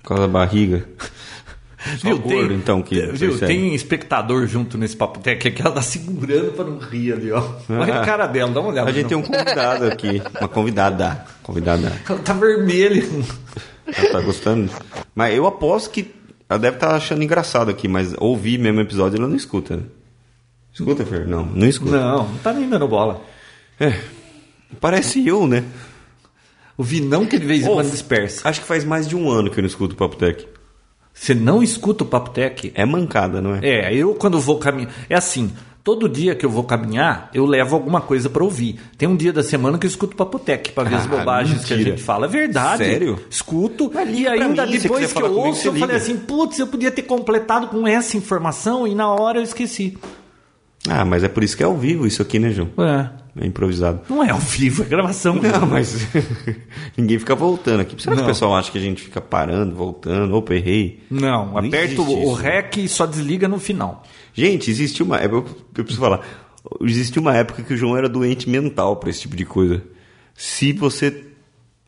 [SPEAKER 2] Por causa da barriga.
[SPEAKER 1] não.
[SPEAKER 2] só gordo, então, que
[SPEAKER 1] viu,
[SPEAKER 2] percebe.
[SPEAKER 1] tem espectador junto nesse papo. Tem aquele que ela tá segurando pra não rir ali, ó. Olha a cara dela, dá uma olhada.
[SPEAKER 2] A gente tem um convidado aqui. Uma convidada. Convidada.
[SPEAKER 1] Ela tá vermelha.
[SPEAKER 2] Ela tá gostando? Mas eu aposto que ela deve estar achando engraçado aqui, mas ouvir mesmo o episódio ela não escuta. né? Escuta, Fer? Não, não escuta.
[SPEAKER 1] Não, não tá nem dando bola.
[SPEAKER 2] Parece eu, né?
[SPEAKER 1] O Vinão que de vez em
[SPEAKER 2] Ô,
[SPEAKER 1] quando dispersa.
[SPEAKER 2] Acho que faz mais de um ano que eu não escuto o Papo Tech.
[SPEAKER 1] Você não escuta o Papo Tech?
[SPEAKER 2] É mancada, não é?
[SPEAKER 1] É, eu quando vou caminhar. É assim, todo dia que eu vou caminhar, eu levo alguma coisa pra ouvir. Tem um dia da semana que eu escuto Papotec pra ver as
[SPEAKER 2] Ah,
[SPEAKER 1] bobagens que a
[SPEAKER 2] mentira.
[SPEAKER 1] gente fala. É verdade.
[SPEAKER 2] Sério?
[SPEAKER 1] Escuto.
[SPEAKER 2] Mas
[SPEAKER 1] E
[SPEAKER 2] liga pra
[SPEAKER 1] ainda
[SPEAKER 2] mim, se
[SPEAKER 1] depois
[SPEAKER 2] quiser
[SPEAKER 1] que
[SPEAKER 2] falar
[SPEAKER 1] eu
[SPEAKER 2] comigo,
[SPEAKER 1] ouço,
[SPEAKER 2] você
[SPEAKER 1] eu falei
[SPEAKER 2] liga.
[SPEAKER 1] assim: putz, eu podia ter completado com essa informação e na hora eu esqueci.
[SPEAKER 2] Ah, mas é por isso que é ao vivo isso aqui, né, João?
[SPEAKER 1] É.
[SPEAKER 2] É improvisado.
[SPEAKER 1] Não é ao vivo, é gravação.
[SPEAKER 2] Não, mas ninguém fica voltando aqui. Será que
[SPEAKER 1] Não.
[SPEAKER 2] o pessoal acha que a gente fica parando, voltando? Opa, errei.
[SPEAKER 1] Não, aperta
[SPEAKER 2] existe
[SPEAKER 1] o, o
[SPEAKER 2] isso.
[SPEAKER 1] REC e só desliga no final.
[SPEAKER 2] Gente, existe uma época. Eu, eu preciso falar. Existe uma época que o João era doente mental pra esse tipo de coisa. Se você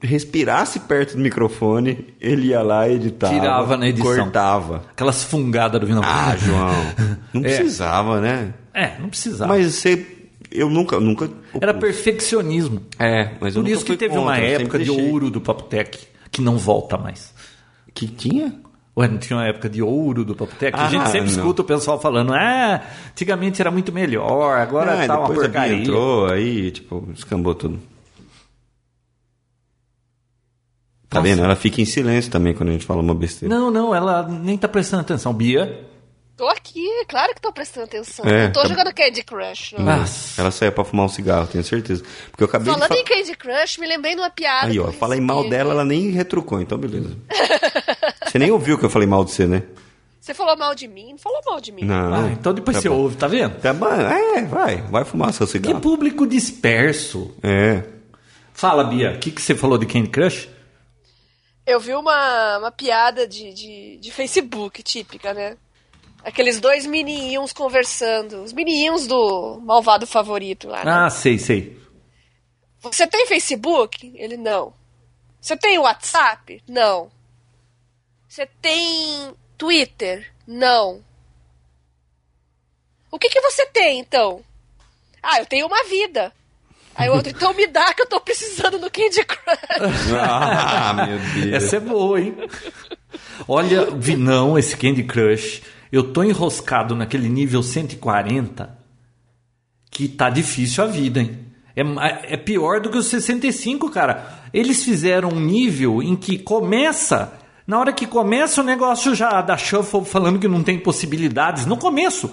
[SPEAKER 2] respirasse perto do microfone, ele ia lá e editava.
[SPEAKER 1] Tirava na edição.
[SPEAKER 2] Cortava.
[SPEAKER 1] Aquelas fungadas do final.
[SPEAKER 2] Ah, João. Não
[SPEAKER 1] É.
[SPEAKER 2] precisava, né?
[SPEAKER 1] É, não precisava.
[SPEAKER 2] Mas você. Eu nunca. nunca
[SPEAKER 1] Era perfeccionismo.
[SPEAKER 2] É, mas eu
[SPEAKER 1] Por
[SPEAKER 2] nunca
[SPEAKER 1] isso que
[SPEAKER 2] fui
[SPEAKER 1] teve
[SPEAKER 2] contra,
[SPEAKER 1] uma
[SPEAKER 2] eu sempre
[SPEAKER 1] época de
[SPEAKER 2] deixei.
[SPEAKER 1] ouro do Papotec que não volta mais.
[SPEAKER 2] Que tinha?
[SPEAKER 1] Ué, não tinha uma época de ouro do Papotec? a
[SPEAKER 2] Ah,
[SPEAKER 1] gente sempre
[SPEAKER 2] não.
[SPEAKER 1] escuta o pessoal falando, ah, antigamente era muito melhor, agora
[SPEAKER 2] Ah,
[SPEAKER 1] tá uma
[SPEAKER 2] depois a Bia
[SPEAKER 1] porcaria.
[SPEAKER 2] entrou, aí, tipo, escambou tudo. Tá
[SPEAKER 1] Nossa.
[SPEAKER 2] vendo? Ela fica em silêncio também quando a gente fala uma besteira.
[SPEAKER 1] Não, não, ela nem tá prestando atenção. Bia,
[SPEAKER 3] Tô aqui, claro que tô prestando atenção.
[SPEAKER 2] É,
[SPEAKER 3] não tô
[SPEAKER 2] tá-
[SPEAKER 3] jogando Candy Crush. Não.
[SPEAKER 1] Nossa.
[SPEAKER 2] Ela saiu pra fumar um cigarro, tenho certeza. Porque eu acabei
[SPEAKER 3] Falando
[SPEAKER 2] de
[SPEAKER 3] em Candy Crush, me lembrei de uma piada.
[SPEAKER 2] falar. Aí,
[SPEAKER 3] que
[SPEAKER 2] ó,
[SPEAKER 3] eu
[SPEAKER 2] falei mal
[SPEAKER 3] recebi.
[SPEAKER 2] dela, ela nem retrucou, então beleza. você nem ouviu que eu falei mal de você, né?
[SPEAKER 3] Você falou mal de mim? Não falou mal de mim.
[SPEAKER 2] Não.
[SPEAKER 1] Ah, então depois
[SPEAKER 2] tá
[SPEAKER 1] você
[SPEAKER 2] bom.
[SPEAKER 1] ouve, tá vendo?
[SPEAKER 2] Tá bom, é, vai, vai fumar seu
[SPEAKER 1] Que
[SPEAKER 2] cigarro.
[SPEAKER 1] público disperso.
[SPEAKER 2] É.
[SPEAKER 1] Fala, Bia, o que, que você falou de Candy Crush?
[SPEAKER 3] Eu vi uma, uma piada de, de, de Facebook típica, né? Aqueles dois menininhos conversando. Os menininhos do malvado favorito lá. né?
[SPEAKER 1] Ah, sei, sei.
[SPEAKER 3] Você tem Facebook? Ele não. Você tem WhatsApp? Não. Você tem Twitter? Não. O que, que você tem, então? Ah, eu tenho uma vida. Aí o outro, então me dá que eu tô precisando do Candy Crush.
[SPEAKER 2] Ah, meu Deus.
[SPEAKER 1] Essa é boa, hein? Olha, Vinão, esse Candy Crush, eu tô enroscado naquele nível 140 que tá difícil a vida, hein? É, ma- é pior do que o 65, cara. Eles fizeram um nível em que começa. Na hora que começa o negócio já da Shuffle falando que não tem possibilidades. No começo.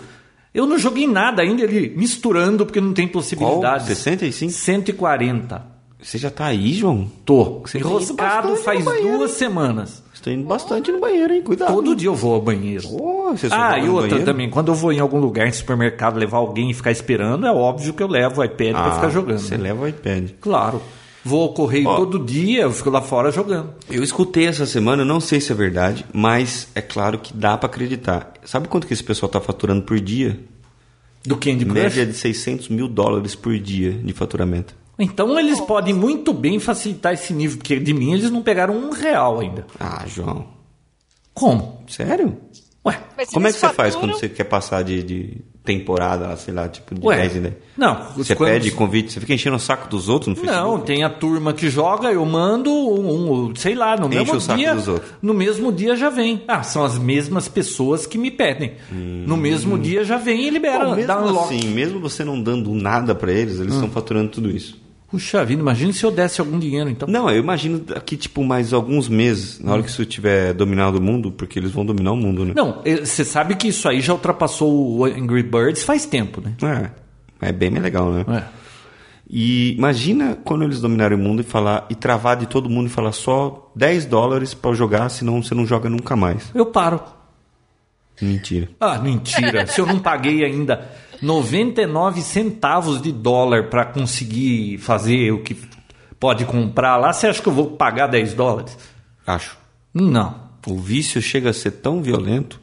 [SPEAKER 1] Eu não joguei nada ainda, ele misturando porque não tem possibilidades.
[SPEAKER 2] 65?
[SPEAKER 1] 140.
[SPEAKER 2] Você já tá aí, João?
[SPEAKER 1] Tô.
[SPEAKER 2] Você tem ido
[SPEAKER 1] enroscado
[SPEAKER 2] bastante
[SPEAKER 1] faz
[SPEAKER 2] no banheiro,
[SPEAKER 1] duas
[SPEAKER 2] hein?
[SPEAKER 1] semanas.
[SPEAKER 2] Você tá indo bastante no banheiro, hein? Cuidado.
[SPEAKER 1] Todo dia eu vou ao banheiro.
[SPEAKER 2] Ô, você só
[SPEAKER 1] ah,
[SPEAKER 2] vai
[SPEAKER 1] e
[SPEAKER 2] no
[SPEAKER 1] outra
[SPEAKER 2] banheiro?
[SPEAKER 1] também. Quando eu vou em algum lugar, em supermercado, levar alguém e ficar esperando, é óbvio que eu levo o iPad
[SPEAKER 2] Ah,
[SPEAKER 1] pra ficar jogando.
[SPEAKER 2] Você leva o iPad.
[SPEAKER 1] Claro. Vou ao correio
[SPEAKER 2] Ó.
[SPEAKER 1] todo dia, eu fico lá fora jogando.
[SPEAKER 2] Eu escutei essa semana, não sei se é verdade, mas é claro que dá pra acreditar. Sabe quanto que esse pessoal tá faturando por dia?
[SPEAKER 1] Do Candy Crush.
[SPEAKER 2] Média de 600 mil dólares por dia de faturamento.
[SPEAKER 1] Então eles podem muito bem facilitar esse nível, porque de mim eles não pegaram um real ainda.
[SPEAKER 2] Ah, João.
[SPEAKER 1] Como?
[SPEAKER 2] Sério?
[SPEAKER 1] Ué,
[SPEAKER 3] Mas
[SPEAKER 2] Como é
[SPEAKER 3] eles
[SPEAKER 2] que você faz
[SPEAKER 3] faturam-
[SPEAKER 2] quando você quer passar de, de temporada, lá, sei lá, tipo de
[SPEAKER 1] Ué,
[SPEAKER 2] 10 em 10?
[SPEAKER 1] não,
[SPEAKER 2] Você
[SPEAKER 1] quando-
[SPEAKER 2] pede convite, você fica enchendo o saco dos outros no Facebook?
[SPEAKER 1] Não, tem a turma que joga, eu mando um, um, sei lá, no
[SPEAKER 2] Enche
[SPEAKER 1] mesmo
[SPEAKER 2] o saco
[SPEAKER 1] dia.
[SPEAKER 2] dos outros.
[SPEAKER 1] No mesmo dia já vem. Ah, são as mesmas pessoas que me pedem. No mesmo dia já vem e libera,
[SPEAKER 2] Hum. Pô,
[SPEAKER 1] dá um
[SPEAKER 2] mesmo
[SPEAKER 1] unlock.
[SPEAKER 2] assim, mesmo você não dando nada pra eles, eles estão faturando tudo isso.
[SPEAKER 1] Puxa vida, imagina se eu desse algum dinheiro então.
[SPEAKER 2] Não, eu imagino daqui, tipo, mais alguns meses, na hora que isso tiver dominado o mundo, porque eles vão dominar o mundo, né?
[SPEAKER 1] Não, eh, você sabe que isso aí já ultrapassou o Angry Birds faz tempo, né?
[SPEAKER 2] É, é bem mais legal, né?
[SPEAKER 1] É.
[SPEAKER 2] E imagina quando eles dominarem o mundo e falar e travar de todo mundo e falar só 10 dólares pra jogar, senão você não joga nunca mais.
[SPEAKER 1] Eu paro.
[SPEAKER 2] Mentira.
[SPEAKER 1] Ah, mentira. se eu não paguei ainda 99 centavos de dólar pra conseguir fazer o que pode comprar lá, você acha que eu vou pagar 10 dólares?
[SPEAKER 2] Acho.
[SPEAKER 1] Não.
[SPEAKER 2] O vício chega a ser tão violento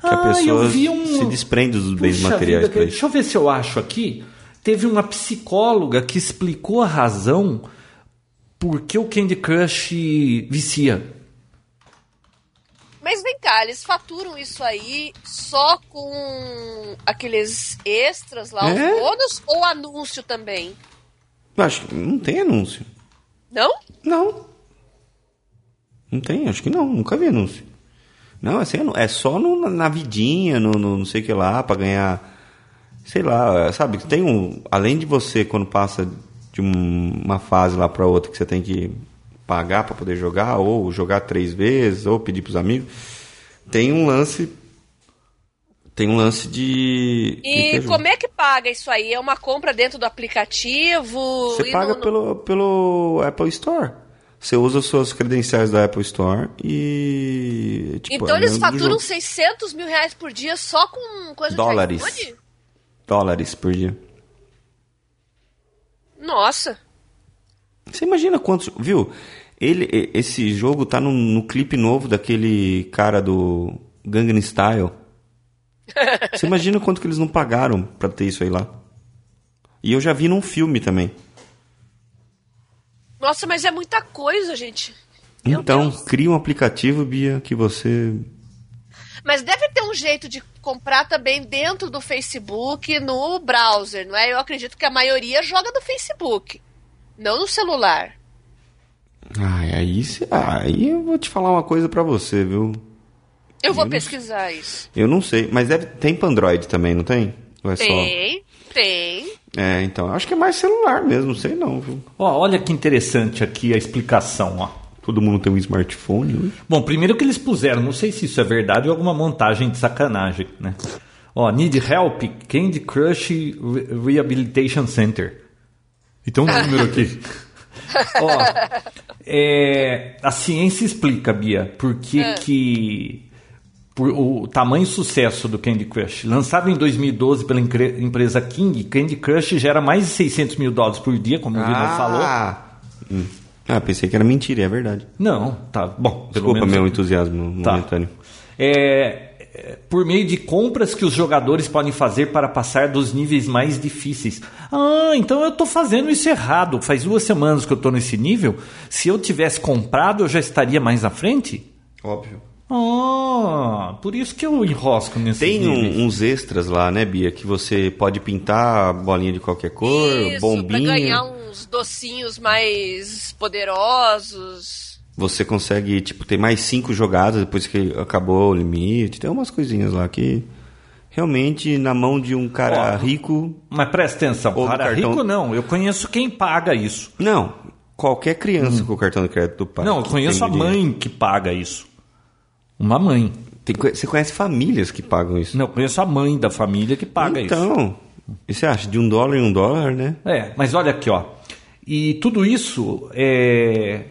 [SPEAKER 2] que a
[SPEAKER 1] Ah, eu
[SPEAKER 2] pessoa
[SPEAKER 1] vi um-
[SPEAKER 2] se desprende dos bens
[SPEAKER 1] Puxa
[SPEAKER 2] materiais
[SPEAKER 1] vida,
[SPEAKER 2] pra isso.
[SPEAKER 1] Deixa eu ver se eu acho aqui. Teve uma psicóloga que explicou a razão por que o Candy Crush vicia.
[SPEAKER 3] Mas vem cá, eles faturam isso aí só com aqueles extras lá,
[SPEAKER 2] É?
[SPEAKER 3] os bônus, ou anúncio também?
[SPEAKER 2] Acho que não tem anúncio.
[SPEAKER 3] Não?
[SPEAKER 2] Não. Não tem, acho que não, nunca vi anúncio. Não, é, sem anú- é só no- na vidinha, no, no não sei o que lá, pra ganhar. Sei lá, sabe? Tem um. Além de você, quando passa de um- uma fase lá pra outra, que você tem que pagar para poder jogar, ou jogar três vezes, ou pedir pros amigos. Tem um lance. Tem um lance de. de
[SPEAKER 3] E
[SPEAKER 2] prejuízo.
[SPEAKER 3] como é que paga isso aí? É uma compra dentro do aplicativo?
[SPEAKER 2] Você
[SPEAKER 3] E
[SPEAKER 2] paga
[SPEAKER 3] não- não-
[SPEAKER 2] Pelo, pelo Apple Store. Você usa os seus credenciais da Apple Store e. tipo,
[SPEAKER 3] Então
[SPEAKER 2] é
[SPEAKER 3] eles
[SPEAKER 2] dentro do
[SPEAKER 3] faturam
[SPEAKER 2] jogo.
[SPEAKER 3] 600 mil reais por dia só com coisa
[SPEAKER 2] Dólares.
[SPEAKER 3] de iPhone?
[SPEAKER 2] dólares por dia.
[SPEAKER 3] Nossa.
[SPEAKER 2] Você imagina quantos. Viu? Ele, e- esse jogo tá no, no clipe novo daquele cara do Gangnam Style. Você imagina quanto que eles não pagaram pra ter isso aí lá? E eu já vi num filme também.
[SPEAKER 3] Nossa, mas é muita coisa, gente. Meu
[SPEAKER 2] Então,
[SPEAKER 3] Deus.
[SPEAKER 2] cria um aplicativo, Bia, que você.
[SPEAKER 3] Mas deve ter um jeito de comprar também dentro do Facebook, no browser, não é? Eu acredito que a maioria joga no Facebook, não no celular.
[SPEAKER 2] Ai, aí, cê- aí eu vou te falar uma coisa pra você, viu?
[SPEAKER 3] Eu vou
[SPEAKER 2] Eu não-
[SPEAKER 3] pesquisar isso.
[SPEAKER 2] Eu não sei, mas deve, tem pra Android também, não tem? Ou é
[SPEAKER 3] Tem, tem.
[SPEAKER 2] só. É, então. Acho que é mais celular mesmo, não sei não, viu?
[SPEAKER 1] Ó, olha que interessante aqui a explicação, ó.
[SPEAKER 2] Todo mundo tem um smartphone hoje.
[SPEAKER 1] Bom, primeiro que eles puseram, não sei se isso é verdade ou alguma montagem de sacanagem, né? Ó, Need Help, Candy Crush Re- Rehabilitation Center. E tem um número aqui. Ó, é, a ciência explica, Bia, por que que... Por o tamanho sucesso do Candy Crush. Lançado em 2012 pela encre- empresa King, Candy Crush gera mais de 600 mil dólares por dia, como o Vinão falou.
[SPEAKER 2] Ah, Hum. Ah, pensei que era mentira, é verdade.
[SPEAKER 1] Não, tá bom. pelo
[SPEAKER 2] Desculpa
[SPEAKER 1] menos-
[SPEAKER 2] meu entusiasmo
[SPEAKER 1] Tá.
[SPEAKER 2] momentâneo.
[SPEAKER 1] É, é, por meio de compras que os jogadores podem fazer para passar dos níveis mais difíceis. Ah, então eu tô fazendo isso errado. Faz duas semanas que eu tô nesse nível. Se eu tivesse comprado, eu já estaria mais na frente?
[SPEAKER 2] Óbvio.
[SPEAKER 1] Ah, por isso que eu enrosco nesse
[SPEAKER 2] Tem
[SPEAKER 1] nível.
[SPEAKER 2] um- uns extras lá, né, Bia? Que você pode pintar bolinha de qualquer cor,
[SPEAKER 3] isso, pra
[SPEAKER 2] bombinha.
[SPEAKER 3] ganhar uns docinhos mais poderosos.
[SPEAKER 2] Você consegue, tipo, ter mais cinco jogadas depois que acabou o limite. Tem umas coisinhas lá que realmente na mão de um cara
[SPEAKER 1] Ó.
[SPEAKER 2] rico.
[SPEAKER 1] Mas presta atenção,
[SPEAKER 2] Ou do
[SPEAKER 1] para
[SPEAKER 2] cartão.
[SPEAKER 1] rico não. Eu conheço quem paga isso.
[SPEAKER 2] Não, qualquer criança com o cartão de crédito do pai.
[SPEAKER 1] não, eu
[SPEAKER 2] que
[SPEAKER 1] conheço
[SPEAKER 2] tem
[SPEAKER 1] a
[SPEAKER 2] dinheiro.
[SPEAKER 1] mãe que paga isso. Uma mãe.
[SPEAKER 2] Tem co- você conhece famílias que pagam isso.
[SPEAKER 1] Não, eu conheço a mãe da família que paga isso.
[SPEAKER 2] então, e você acha? De um dólar em um dólar, né?
[SPEAKER 1] É, mas olha aqui, ó. E tudo isso é.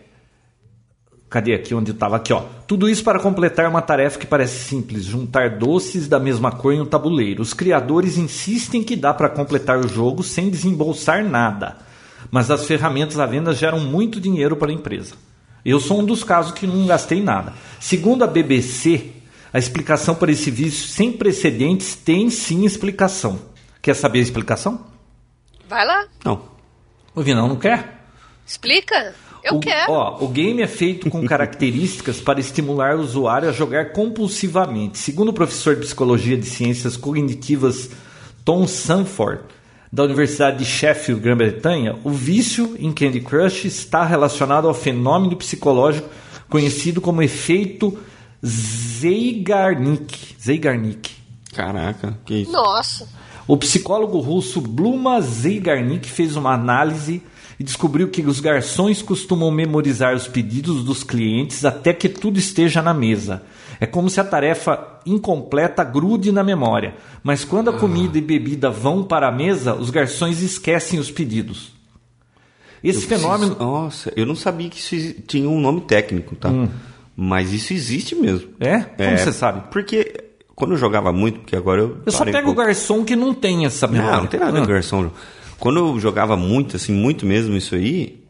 [SPEAKER 1] Cadê aqui onde estava? Aqui, ó. Tudo isso para completar uma tarefa que parece simples: juntar doces da mesma cor em um tabuleiro. Os criadores insistem que dá para completar o jogo sem desembolsar nada. Mas as ferramentas à venda geram muito dinheiro para a empresa. Eu sou um dos casos que não gastei nada. Segundo a BBC, a explicação para esse vício sem precedentes tem sim explicação. Quer saber a explicação?
[SPEAKER 3] Vai lá,
[SPEAKER 2] Não.
[SPEAKER 1] O Vinão não quer?
[SPEAKER 3] explica. Eu
[SPEAKER 1] o,
[SPEAKER 3] quero.
[SPEAKER 1] Ó, o game é feito com características para estimular o usuário a jogar compulsivamente. Segundo o professor de psicologia de ciências cognitivas Tom Sanford, da Universidade de Sheffield, Grã-Bretanha, o vício em Candy Crush está relacionado ao fenômeno psicológico conhecido como efeito Zeigarnik. Zeigarnik.
[SPEAKER 2] Caraca, que isso.
[SPEAKER 3] Nossa.
[SPEAKER 1] O psicólogo russo Bluma Zeigarnik fez uma análise e descobriu que os garçons costumam memorizar os pedidos dos clientes até que tudo esteja na mesa. É como se a tarefa incompleta grude na memória, mas quando a comida e bebida vão para a mesa, os garçons esquecem os pedidos. Esse
[SPEAKER 2] Eu
[SPEAKER 1] fenômeno.
[SPEAKER 2] preciso- Nossa, eu não sabia que isso exi- tinha um nome técnico, tá? Mas isso existe mesmo.
[SPEAKER 1] Hum. É? Como você sabe?
[SPEAKER 2] Porque quando eu jogava muito, porque agora eu.
[SPEAKER 1] Eu só
[SPEAKER 2] parei um
[SPEAKER 1] pego o
[SPEAKER 2] pouco.
[SPEAKER 1] garçom que não tem essa memória.
[SPEAKER 2] Não, não tem nada a
[SPEAKER 1] Ah.
[SPEAKER 2] ver com garçom. Quando eu jogava muito, assim, muito mesmo isso aí,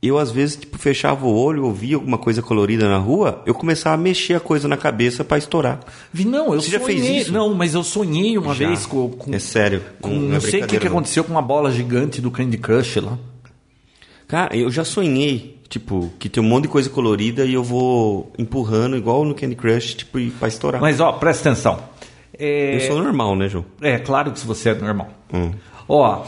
[SPEAKER 2] eu às vezes, tipo, fechava o olho, ouvia alguma coisa colorida na rua, eu começava a mexer a coisa na cabeça pra estourar.
[SPEAKER 1] Vi, não, eu
[SPEAKER 2] Você já
[SPEAKER 1] sonhei.
[SPEAKER 2] fez isso?
[SPEAKER 1] Não, mas eu sonhei uma
[SPEAKER 2] Já.
[SPEAKER 1] vez com, com-
[SPEAKER 2] É sério.
[SPEAKER 1] com-
[SPEAKER 2] não é
[SPEAKER 1] não, sei o que,
[SPEAKER 2] brincadeira,
[SPEAKER 1] que
[SPEAKER 2] não.
[SPEAKER 1] aconteceu com uma bola gigante do Candy Crush lá.
[SPEAKER 2] Cara, eu já sonhei, tipo, que tem um monte de coisa colorida e eu vou empurrando, igual no Candy Crush, tipo, e pra estourar.
[SPEAKER 1] Mas ó, presta atenção.
[SPEAKER 2] Eu
[SPEAKER 1] É,
[SPEAKER 2] sou normal, né, João?
[SPEAKER 1] é claro que se você é normal. Ó.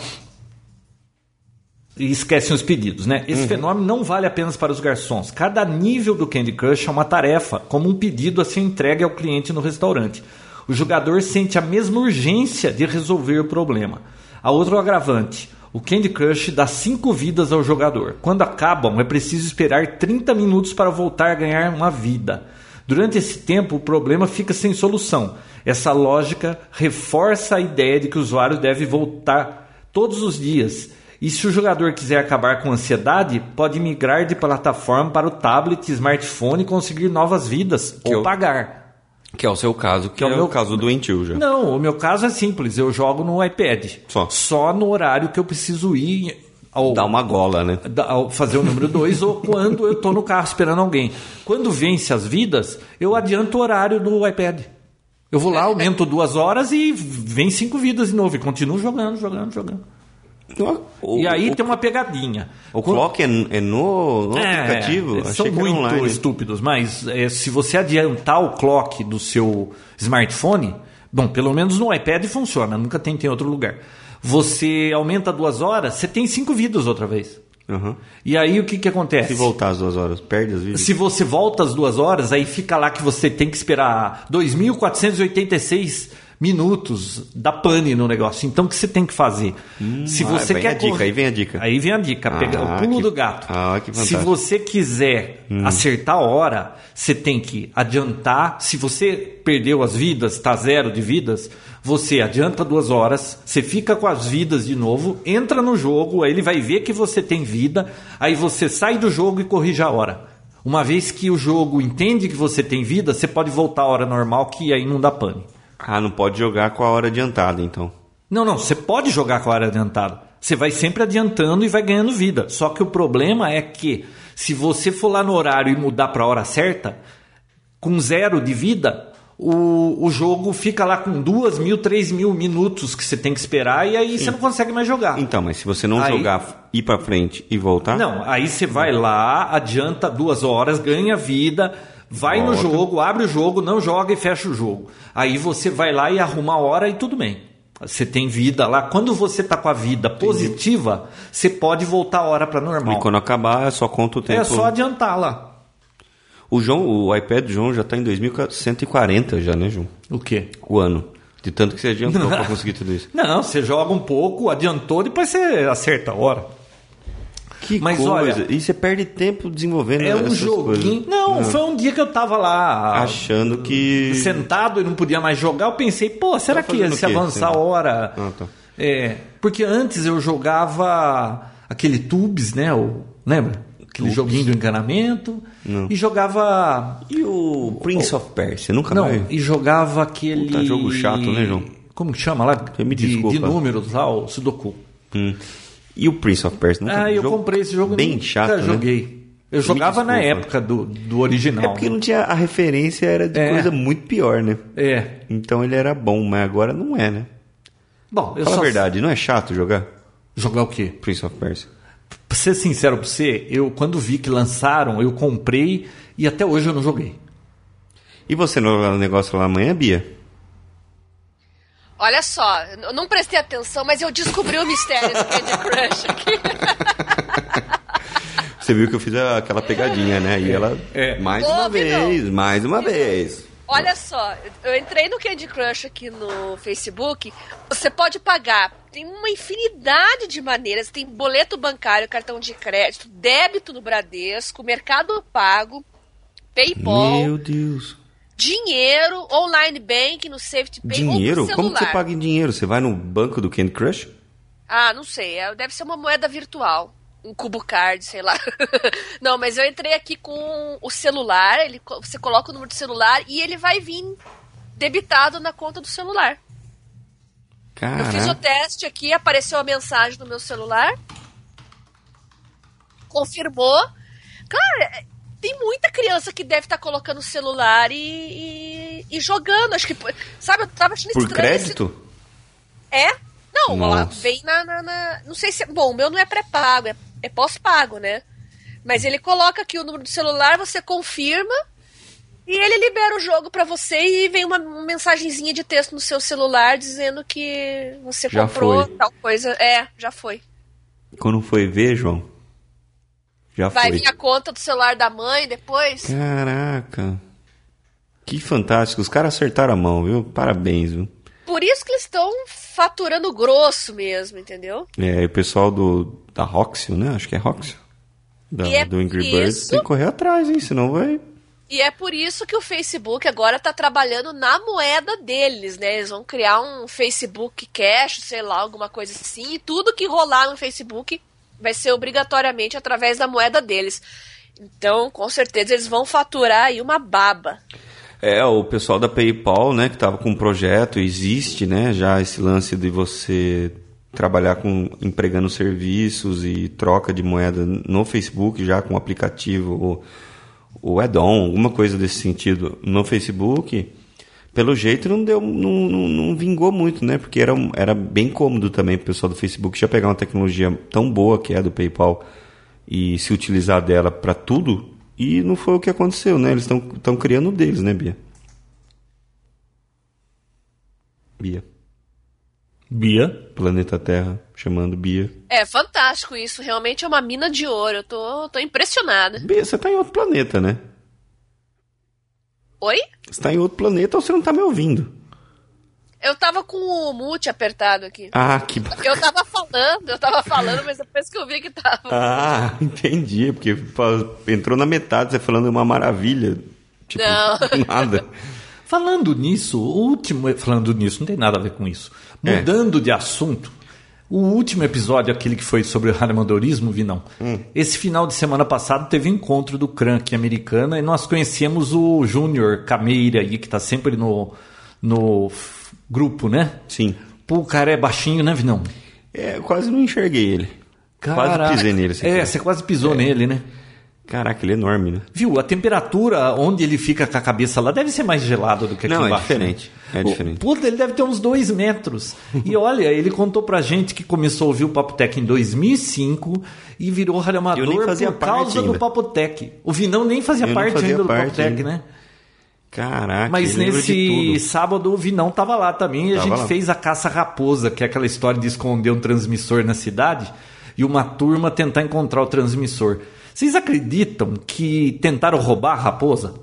[SPEAKER 1] E esquecem os pedidos, né? Esse fenômeno não vale apenas para os garçons. Cada nível do Candy Crush é uma tarefa, como um pedido a ser entregue ao cliente no restaurante. O jogador sente a mesma urgência de resolver o problema. A outro agravante: O Candy Crush dá 5 vidas ao jogador. Quando acabam, é preciso esperar 30 minutos para voltar a ganhar uma vida. Durante esse tempo, o problema fica sem solução. Essa lógica reforça a ideia de que o usuário deve voltar todos os dias. E se o jogador quiser acabar com a ansiedade, pode migrar de plataforma para o tablet, smartphone e conseguir novas vidas
[SPEAKER 2] Que
[SPEAKER 1] ou
[SPEAKER 2] eu-
[SPEAKER 1] pagar.
[SPEAKER 2] Que é o seu caso, que,
[SPEAKER 1] é
[SPEAKER 2] é,
[SPEAKER 1] o
[SPEAKER 2] o
[SPEAKER 1] meu-
[SPEAKER 2] caso doentio já.
[SPEAKER 1] Não, o meu caso é simples, eu jogo no iPad.
[SPEAKER 2] Só.
[SPEAKER 1] no horário que eu preciso ir ao,
[SPEAKER 2] Dá uma gola, né?
[SPEAKER 1] da- ao fazer o número 2 ou quando eu tô no carro esperando alguém. Quando vence as vidas, eu adianto o horário do iPad. Eu vou
[SPEAKER 2] É,
[SPEAKER 1] lá, aumento duas horas e vem cinco vidas de novo. E continuo jogando, jogando, jogando.
[SPEAKER 2] O-
[SPEAKER 1] e aí
[SPEAKER 2] o,
[SPEAKER 1] tem uma pegadinha.
[SPEAKER 2] o clock é, é no, no
[SPEAKER 1] É,
[SPEAKER 2] aplicativo?
[SPEAKER 1] São
[SPEAKER 2] Achei que era
[SPEAKER 1] muito
[SPEAKER 2] online.
[SPEAKER 1] estúpidos, mas é, se você adiantar o clock do seu smartphone, bom, pelo menos no iPad funciona, nunca tentei em outro lugar. Você aumenta duas horas, você tem cinco vidas outra vez.
[SPEAKER 2] Aham.
[SPEAKER 1] E aí o que, que
[SPEAKER 2] Se
[SPEAKER 1] acontece?
[SPEAKER 2] voltar às duas horas, perde as vidas?
[SPEAKER 1] É. Se você volta às duas horas, aí fica lá que você tem que esperar 2.486 minutos da pane no negócio. Então o que você tem que fazer? Se
[SPEAKER 2] ah,
[SPEAKER 1] você
[SPEAKER 2] vem
[SPEAKER 1] quer
[SPEAKER 2] a dica,
[SPEAKER 1] correr-
[SPEAKER 2] aí vem a dica.
[SPEAKER 1] Aí vem a dica, pega
[SPEAKER 2] Ah,
[SPEAKER 1] o pulo
[SPEAKER 2] que-
[SPEAKER 1] do gato.
[SPEAKER 2] Ah,
[SPEAKER 1] Se
[SPEAKER 2] que fantástico. Hum.
[SPEAKER 1] você quiser acertar a hora, você tem que adiantar. Se você perdeu as vidas, está zero de vidas, você adianta duas horas, você fica com as vidas de novo, entra no jogo, aí ele vai ver que você tem vida, aí você sai do jogo e corrige a hora. Uma vez que o jogo entende que você tem vida, você pode voltar à hora normal, que aí não dá pane.
[SPEAKER 2] Ah, não pode jogar com a hora adiantada, então.
[SPEAKER 1] Não, não, você pode jogar com a área adiantada. Você vai sempre adiantando e vai ganhando vida. Só que o problema é que se você for lá no horário e mudar para a hora certa, com zero de vida, o, o jogo fica lá com duas mil, três mil minutos que você tem que esperar e aí você não consegue mais jogar.
[SPEAKER 2] Então, mas se você não
[SPEAKER 1] Aí-
[SPEAKER 2] jogar, ir pra frente e voltar...
[SPEAKER 1] Não, aí você vai lá, adianta duas horas, ganha vida, vai no
[SPEAKER 2] Volta.
[SPEAKER 1] jogo, abre o jogo, não joga e fecha o jogo. Aí você vai lá e arruma a hora e tudo bem. Você tem vida lá. Quando você tá com a vida positiva, você pode voltar a hora para normal.
[SPEAKER 2] E quando acabar, é só conta o tempo.
[SPEAKER 1] É só adiantar lá.
[SPEAKER 2] O João, o iPad do João já tá em 2140 já, né, João?
[SPEAKER 1] O quê?
[SPEAKER 2] O ano. De tanto que você adiantou pra conseguir tudo isso.
[SPEAKER 1] Não, você joga um pouco, adiantou, depois você acerta a hora.
[SPEAKER 2] Que
[SPEAKER 1] Mas
[SPEAKER 2] coisa.
[SPEAKER 1] olha-
[SPEAKER 2] e você perde tempo desenvolvendo
[SPEAKER 1] É um
[SPEAKER 2] essas
[SPEAKER 1] joguinho.
[SPEAKER 2] coisas. É. Ah,
[SPEAKER 1] Não, foi um dia que eu tava lá
[SPEAKER 2] Achando que...
[SPEAKER 1] sentado e não podia mais jogar, eu pensei, pô, será
[SPEAKER 2] Tá
[SPEAKER 1] que
[SPEAKER 2] fazendo
[SPEAKER 1] se
[SPEAKER 2] o quê?
[SPEAKER 1] avançar a
[SPEAKER 2] Sei lá.
[SPEAKER 1] hora.
[SPEAKER 2] Ah, tá.
[SPEAKER 1] É, porque antes eu jogava aquele Tubes, né? O, lembra? Aquele joguinho do encanamento. E jogava.
[SPEAKER 2] E o Prince of Persia? Nunca
[SPEAKER 1] Oh. Não,
[SPEAKER 2] mais?
[SPEAKER 1] e jogava aquele.
[SPEAKER 2] Puta, jogo chato, né, João?
[SPEAKER 1] Como que chama lá?
[SPEAKER 2] Me
[SPEAKER 1] de,
[SPEAKER 2] desculpa.
[SPEAKER 1] de números lá, o Sudoku.
[SPEAKER 2] Hum. E o Prince of Persia? Nunca
[SPEAKER 1] Ah, eu
[SPEAKER 2] jogo
[SPEAKER 1] comprei esse jogo
[SPEAKER 2] Bem
[SPEAKER 1] nunca
[SPEAKER 2] chato, né?
[SPEAKER 1] joguei. Eu jogava na
[SPEAKER 2] desculpa.
[SPEAKER 1] época do, do original. né?
[SPEAKER 2] É porque não tinha... A referência era de
[SPEAKER 1] É.
[SPEAKER 2] coisa muito pior, né?
[SPEAKER 1] É.
[SPEAKER 2] Então ele era bom, mas agora não é, né?
[SPEAKER 1] Bom, eu
[SPEAKER 2] Fala
[SPEAKER 1] só.
[SPEAKER 2] a verdade, não é chato jogar
[SPEAKER 1] Jogar o quê?
[SPEAKER 2] Prince of Persia?
[SPEAKER 1] Pra ser sincero pra você, eu quando vi que lançaram, eu comprei e até hoje eu não joguei.
[SPEAKER 2] E você não vai lá no negócio lá amanhã, Bia?
[SPEAKER 3] Olha só, eu não prestei atenção, mas eu descobri o mistério desse Candy Crush aqui.
[SPEAKER 2] Você viu que eu fiz a- aquela pegadinha, né? E ela.
[SPEAKER 1] É.
[SPEAKER 2] Mais
[SPEAKER 3] Ô,
[SPEAKER 2] uma
[SPEAKER 3] Vidal.
[SPEAKER 2] vez, mais uma vez.
[SPEAKER 3] Olha só, eu entrei no Candy Crush aqui no Facebook. Você pode pagar. Tem uma infinidade de maneiras. Tem boleto bancário, cartão de crédito, débito no Bradesco, Mercado Pago, PayPal,
[SPEAKER 2] Meu Deus.
[SPEAKER 3] dinheiro, online bank no Safety Pay
[SPEAKER 2] Dinheiro?
[SPEAKER 3] ou no
[SPEAKER 2] Como
[SPEAKER 3] celular.
[SPEAKER 2] que você paga em dinheiro? Você vai no banco do Candy Crush?
[SPEAKER 3] Ah, não sei. é- Deve ser uma moeda virtual. Um cubo card, sei lá. não, mas eu entrei aqui com o celular. Ele, co- você coloca o número do celular e ele vai vir debitado na conta do celular. Eu fiz o
[SPEAKER 2] Caraca.
[SPEAKER 3] teste aqui, apareceu a mensagem no meu celular. Confirmou. Cara, é- tem muita criança que deve estar colocando o celular e, e- e jogando. Acho que. po- Sabe, eu tava achando
[SPEAKER 2] Por
[SPEAKER 3] estranho esse-
[SPEAKER 2] crédito?
[SPEAKER 3] é? Não, lá
[SPEAKER 2] Nossa.
[SPEAKER 3] vem na, na- na- Não sei se. Bom, o meu não é pré-pago, é, é pós-pago, né? Mas ele coloca aqui o número do celular, você confirma e ele libera o jogo pra você e vem uma, uma mensagenzinha de texto no seu celular dizendo que você
[SPEAKER 2] Já
[SPEAKER 3] comprou
[SPEAKER 2] foi.
[SPEAKER 3] tal coisa. É, já foi.
[SPEAKER 2] Quando foi ver, João? Já
[SPEAKER 3] Vai
[SPEAKER 2] foi.
[SPEAKER 3] vir a conta do celular da mãe depois?
[SPEAKER 2] Caraca. Que fantástico. Os caras acertaram a mão, viu? Parabéns, viu?
[SPEAKER 3] por isso que eles estão faturando grosso mesmo, entendeu?
[SPEAKER 2] É, e o pessoal do, da Roxio, né? Acho que é Roxio. Da,
[SPEAKER 3] E é
[SPEAKER 2] do Angry
[SPEAKER 3] por
[SPEAKER 2] Birds.
[SPEAKER 3] isso-
[SPEAKER 2] Tem que correr atrás, hein? Senão vai...
[SPEAKER 3] E é por isso que o Facebook agora tá trabalhando na moeda deles, né? Eles vão criar um Facebook Cash, sei lá, alguma coisa assim, e tudo que rolar no Facebook vai ser obrigatoriamente através da moeda deles. Então, com certeza, eles vão faturar aí uma baba.
[SPEAKER 2] É, o pessoal da PayPal, né, que tava com um projeto, existe, né, já esse lance de você trabalhar com empregando serviços e troca de moeda no Facebook já com o aplicativo o, o add-on, alguma coisa desse sentido no Facebook. Pelo jeito não deu, não, não, não vingou muito, né? Porque era, um- era bem cômodo também pro pessoal do Facebook já pegar uma tecnologia tão boa que é a do PayPal e se utilizar dela para tudo. E não foi o que aconteceu, né? Eles estão criando o deles, né, Bia? Bia.
[SPEAKER 1] Bia.
[SPEAKER 2] Planeta Terra chamando Bia.
[SPEAKER 3] É fantástico isso, realmente é uma mina de ouro. Eu tô, tô impressionada.
[SPEAKER 2] Bia, você tá em outro planeta, né?
[SPEAKER 3] Oi?
[SPEAKER 2] Você tá em outro planeta ou você não tá me ouvindo?
[SPEAKER 3] Eu tava com o mute apertado aqui.
[SPEAKER 2] Ah, que bacana.
[SPEAKER 3] Eu tava falando, eu tava falando, mas depois que eu vi que tava.
[SPEAKER 2] Ah, entendi. Porque fa- entrou na metade, você falando uma maravilha. Tipo,
[SPEAKER 3] Não.
[SPEAKER 2] nada.
[SPEAKER 1] Falando nisso, o último. Falando nisso, não tem nada a ver com isso.
[SPEAKER 2] É.
[SPEAKER 1] Mudando de assunto, o último episódio, aquele que foi sobre o amadorismo, Vinão.
[SPEAKER 2] Hum.
[SPEAKER 1] Esse final de semana passado teve um encontro do Crank americana e nós conhecemos o Júnior Cameira aí, que tá sempre no, no f- grupo, né?
[SPEAKER 2] Sim.
[SPEAKER 1] Pô, o cara é baixinho, né, Vinão?
[SPEAKER 2] É, eu quase não enxerguei ele.
[SPEAKER 1] Caraca.
[SPEAKER 2] Quase pisei nele. assim. esse
[SPEAKER 1] É,
[SPEAKER 2] cara.
[SPEAKER 1] você quase pisou nele, né?
[SPEAKER 2] Caraca, ele é enorme, né?
[SPEAKER 1] Viu, a temperatura onde ele fica com a cabeça lá deve ser mais gelada do que aqui
[SPEAKER 2] Não, é
[SPEAKER 1] embaixo. né?
[SPEAKER 2] diferente, é
[SPEAKER 1] O-
[SPEAKER 2] diferente.
[SPEAKER 1] Puta, ele deve ter uns dois metros. E olha, ele contou pra gente que começou a ouvir o Papo Tech em 2005 e virou
[SPEAKER 2] Eu nem
[SPEAKER 1] radiamador
[SPEAKER 2] fazia
[SPEAKER 1] por causa
[SPEAKER 2] parte
[SPEAKER 1] do
[SPEAKER 2] ainda.
[SPEAKER 1] Papo Tech. O Vinão nem fazia
[SPEAKER 2] Eu não
[SPEAKER 1] parte
[SPEAKER 2] fazia
[SPEAKER 1] ainda do Papo
[SPEAKER 2] parte
[SPEAKER 1] Tech,
[SPEAKER 2] ainda.
[SPEAKER 1] né?
[SPEAKER 2] Caraca,
[SPEAKER 1] Mas
[SPEAKER 2] ele lembra de
[SPEAKER 1] nesse
[SPEAKER 2] tudo.
[SPEAKER 1] sábado o Vinão tava lá também e a
[SPEAKER 2] Tava
[SPEAKER 1] gente
[SPEAKER 2] lá.
[SPEAKER 1] fez a caça raposa, que é aquela história de esconder um transmissor na cidade e uma turma tentar encontrar o transmissor. Vocês acreditam que tentaram roubar a raposa?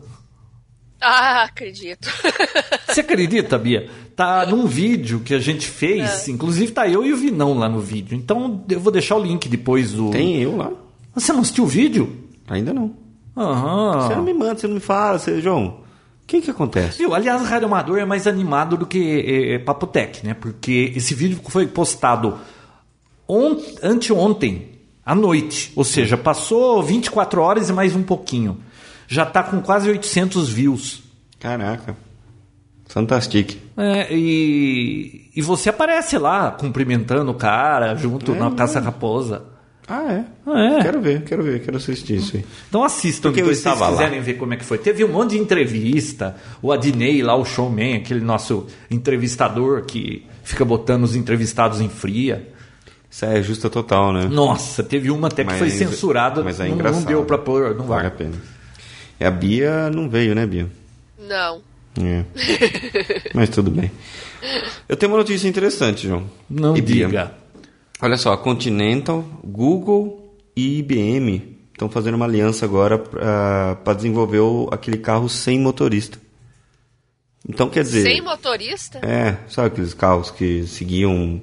[SPEAKER 3] Ah, acredito.
[SPEAKER 1] Você acredita, Bia? Tá num vídeo que a gente fez, inclusive tá eu e o Vinão lá no vídeo. Então eu vou deixar o link depois do.
[SPEAKER 2] Tem eu lá?
[SPEAKER 1] Você não assistiu o vídeo?
[SPEAKER 2] Ainda não. Você não
[SPEAKER 1] Aham.
[SPEAKER 2] me manda, você não me fala, você... João. O que que acontece?
[SPEAKER 1] Viu? Aliás, Rádio Amador é mais animado do que é, é, Papotec, né? Porque esse vídeo foi postado on- anteontem, à noite. Ou seja, passou 24 horas e mais um pouquinho. Já tá com quase 800 views.
[SPEAKER 2] Caraca. Fantastic.
[SPEAKER 1] É, e, e você aparece lá cumprimentando o cara junto na caça raposa.
[SPEAKER 2] Ah, é?
[SPEAKER 1] Ah, é.
[SPEAKER 2] Quero ver, quero ver, quero assistir isso aí.
[SPEAKER 1] Então assistam
[SPEAKER 2] Porque eu
[SPEAKER 1] depois se vocês
[SPEAKER 2] estava lá.
[SPEAKER 1] quiserem ver como é que foi. Teve um monte de entrevista. O Adnei lá, o showman, aquele nosso entrevistador que fica botando os entrevistados em fria.
[SPEAKER 2] Isso é justa total, né?
[SPEAKER 1] Nossa, teve uma até É que
[SPEAKER 2] Mas-
[SPEAKER 1] foi censurada.
[SPEAKER 2] Mas é
[SPEAKER 1] não,
[SPEAKER 2] engraçado.
[SPEAKER 1] não deu pra pôr, não
[SPEAKER 2] Vale
[SPEAKER 1] vai.
[SPEAKER 2] a pena. E a Bia não veio, né, Bia?
[SPEAKER 3] Não.
[SPEAKER 2] É. Mas tudo bem. Eu tenho uma notícia interessante, João.
[SPEAKER 1] Não
[SPEAKER 2] E Bia,
[SPEAKER 1] diga. Tipo
[SPEAKER 2] Olha só, a Continental, Google e IBM estão fazendo uma aliança agora para desenvolver o- aquele carro sem motorista. Então quer dizer.
[SPEAKER 3] Sem motorista?
[SPEAKER 2] É, sabe aqueles carros que seguiam.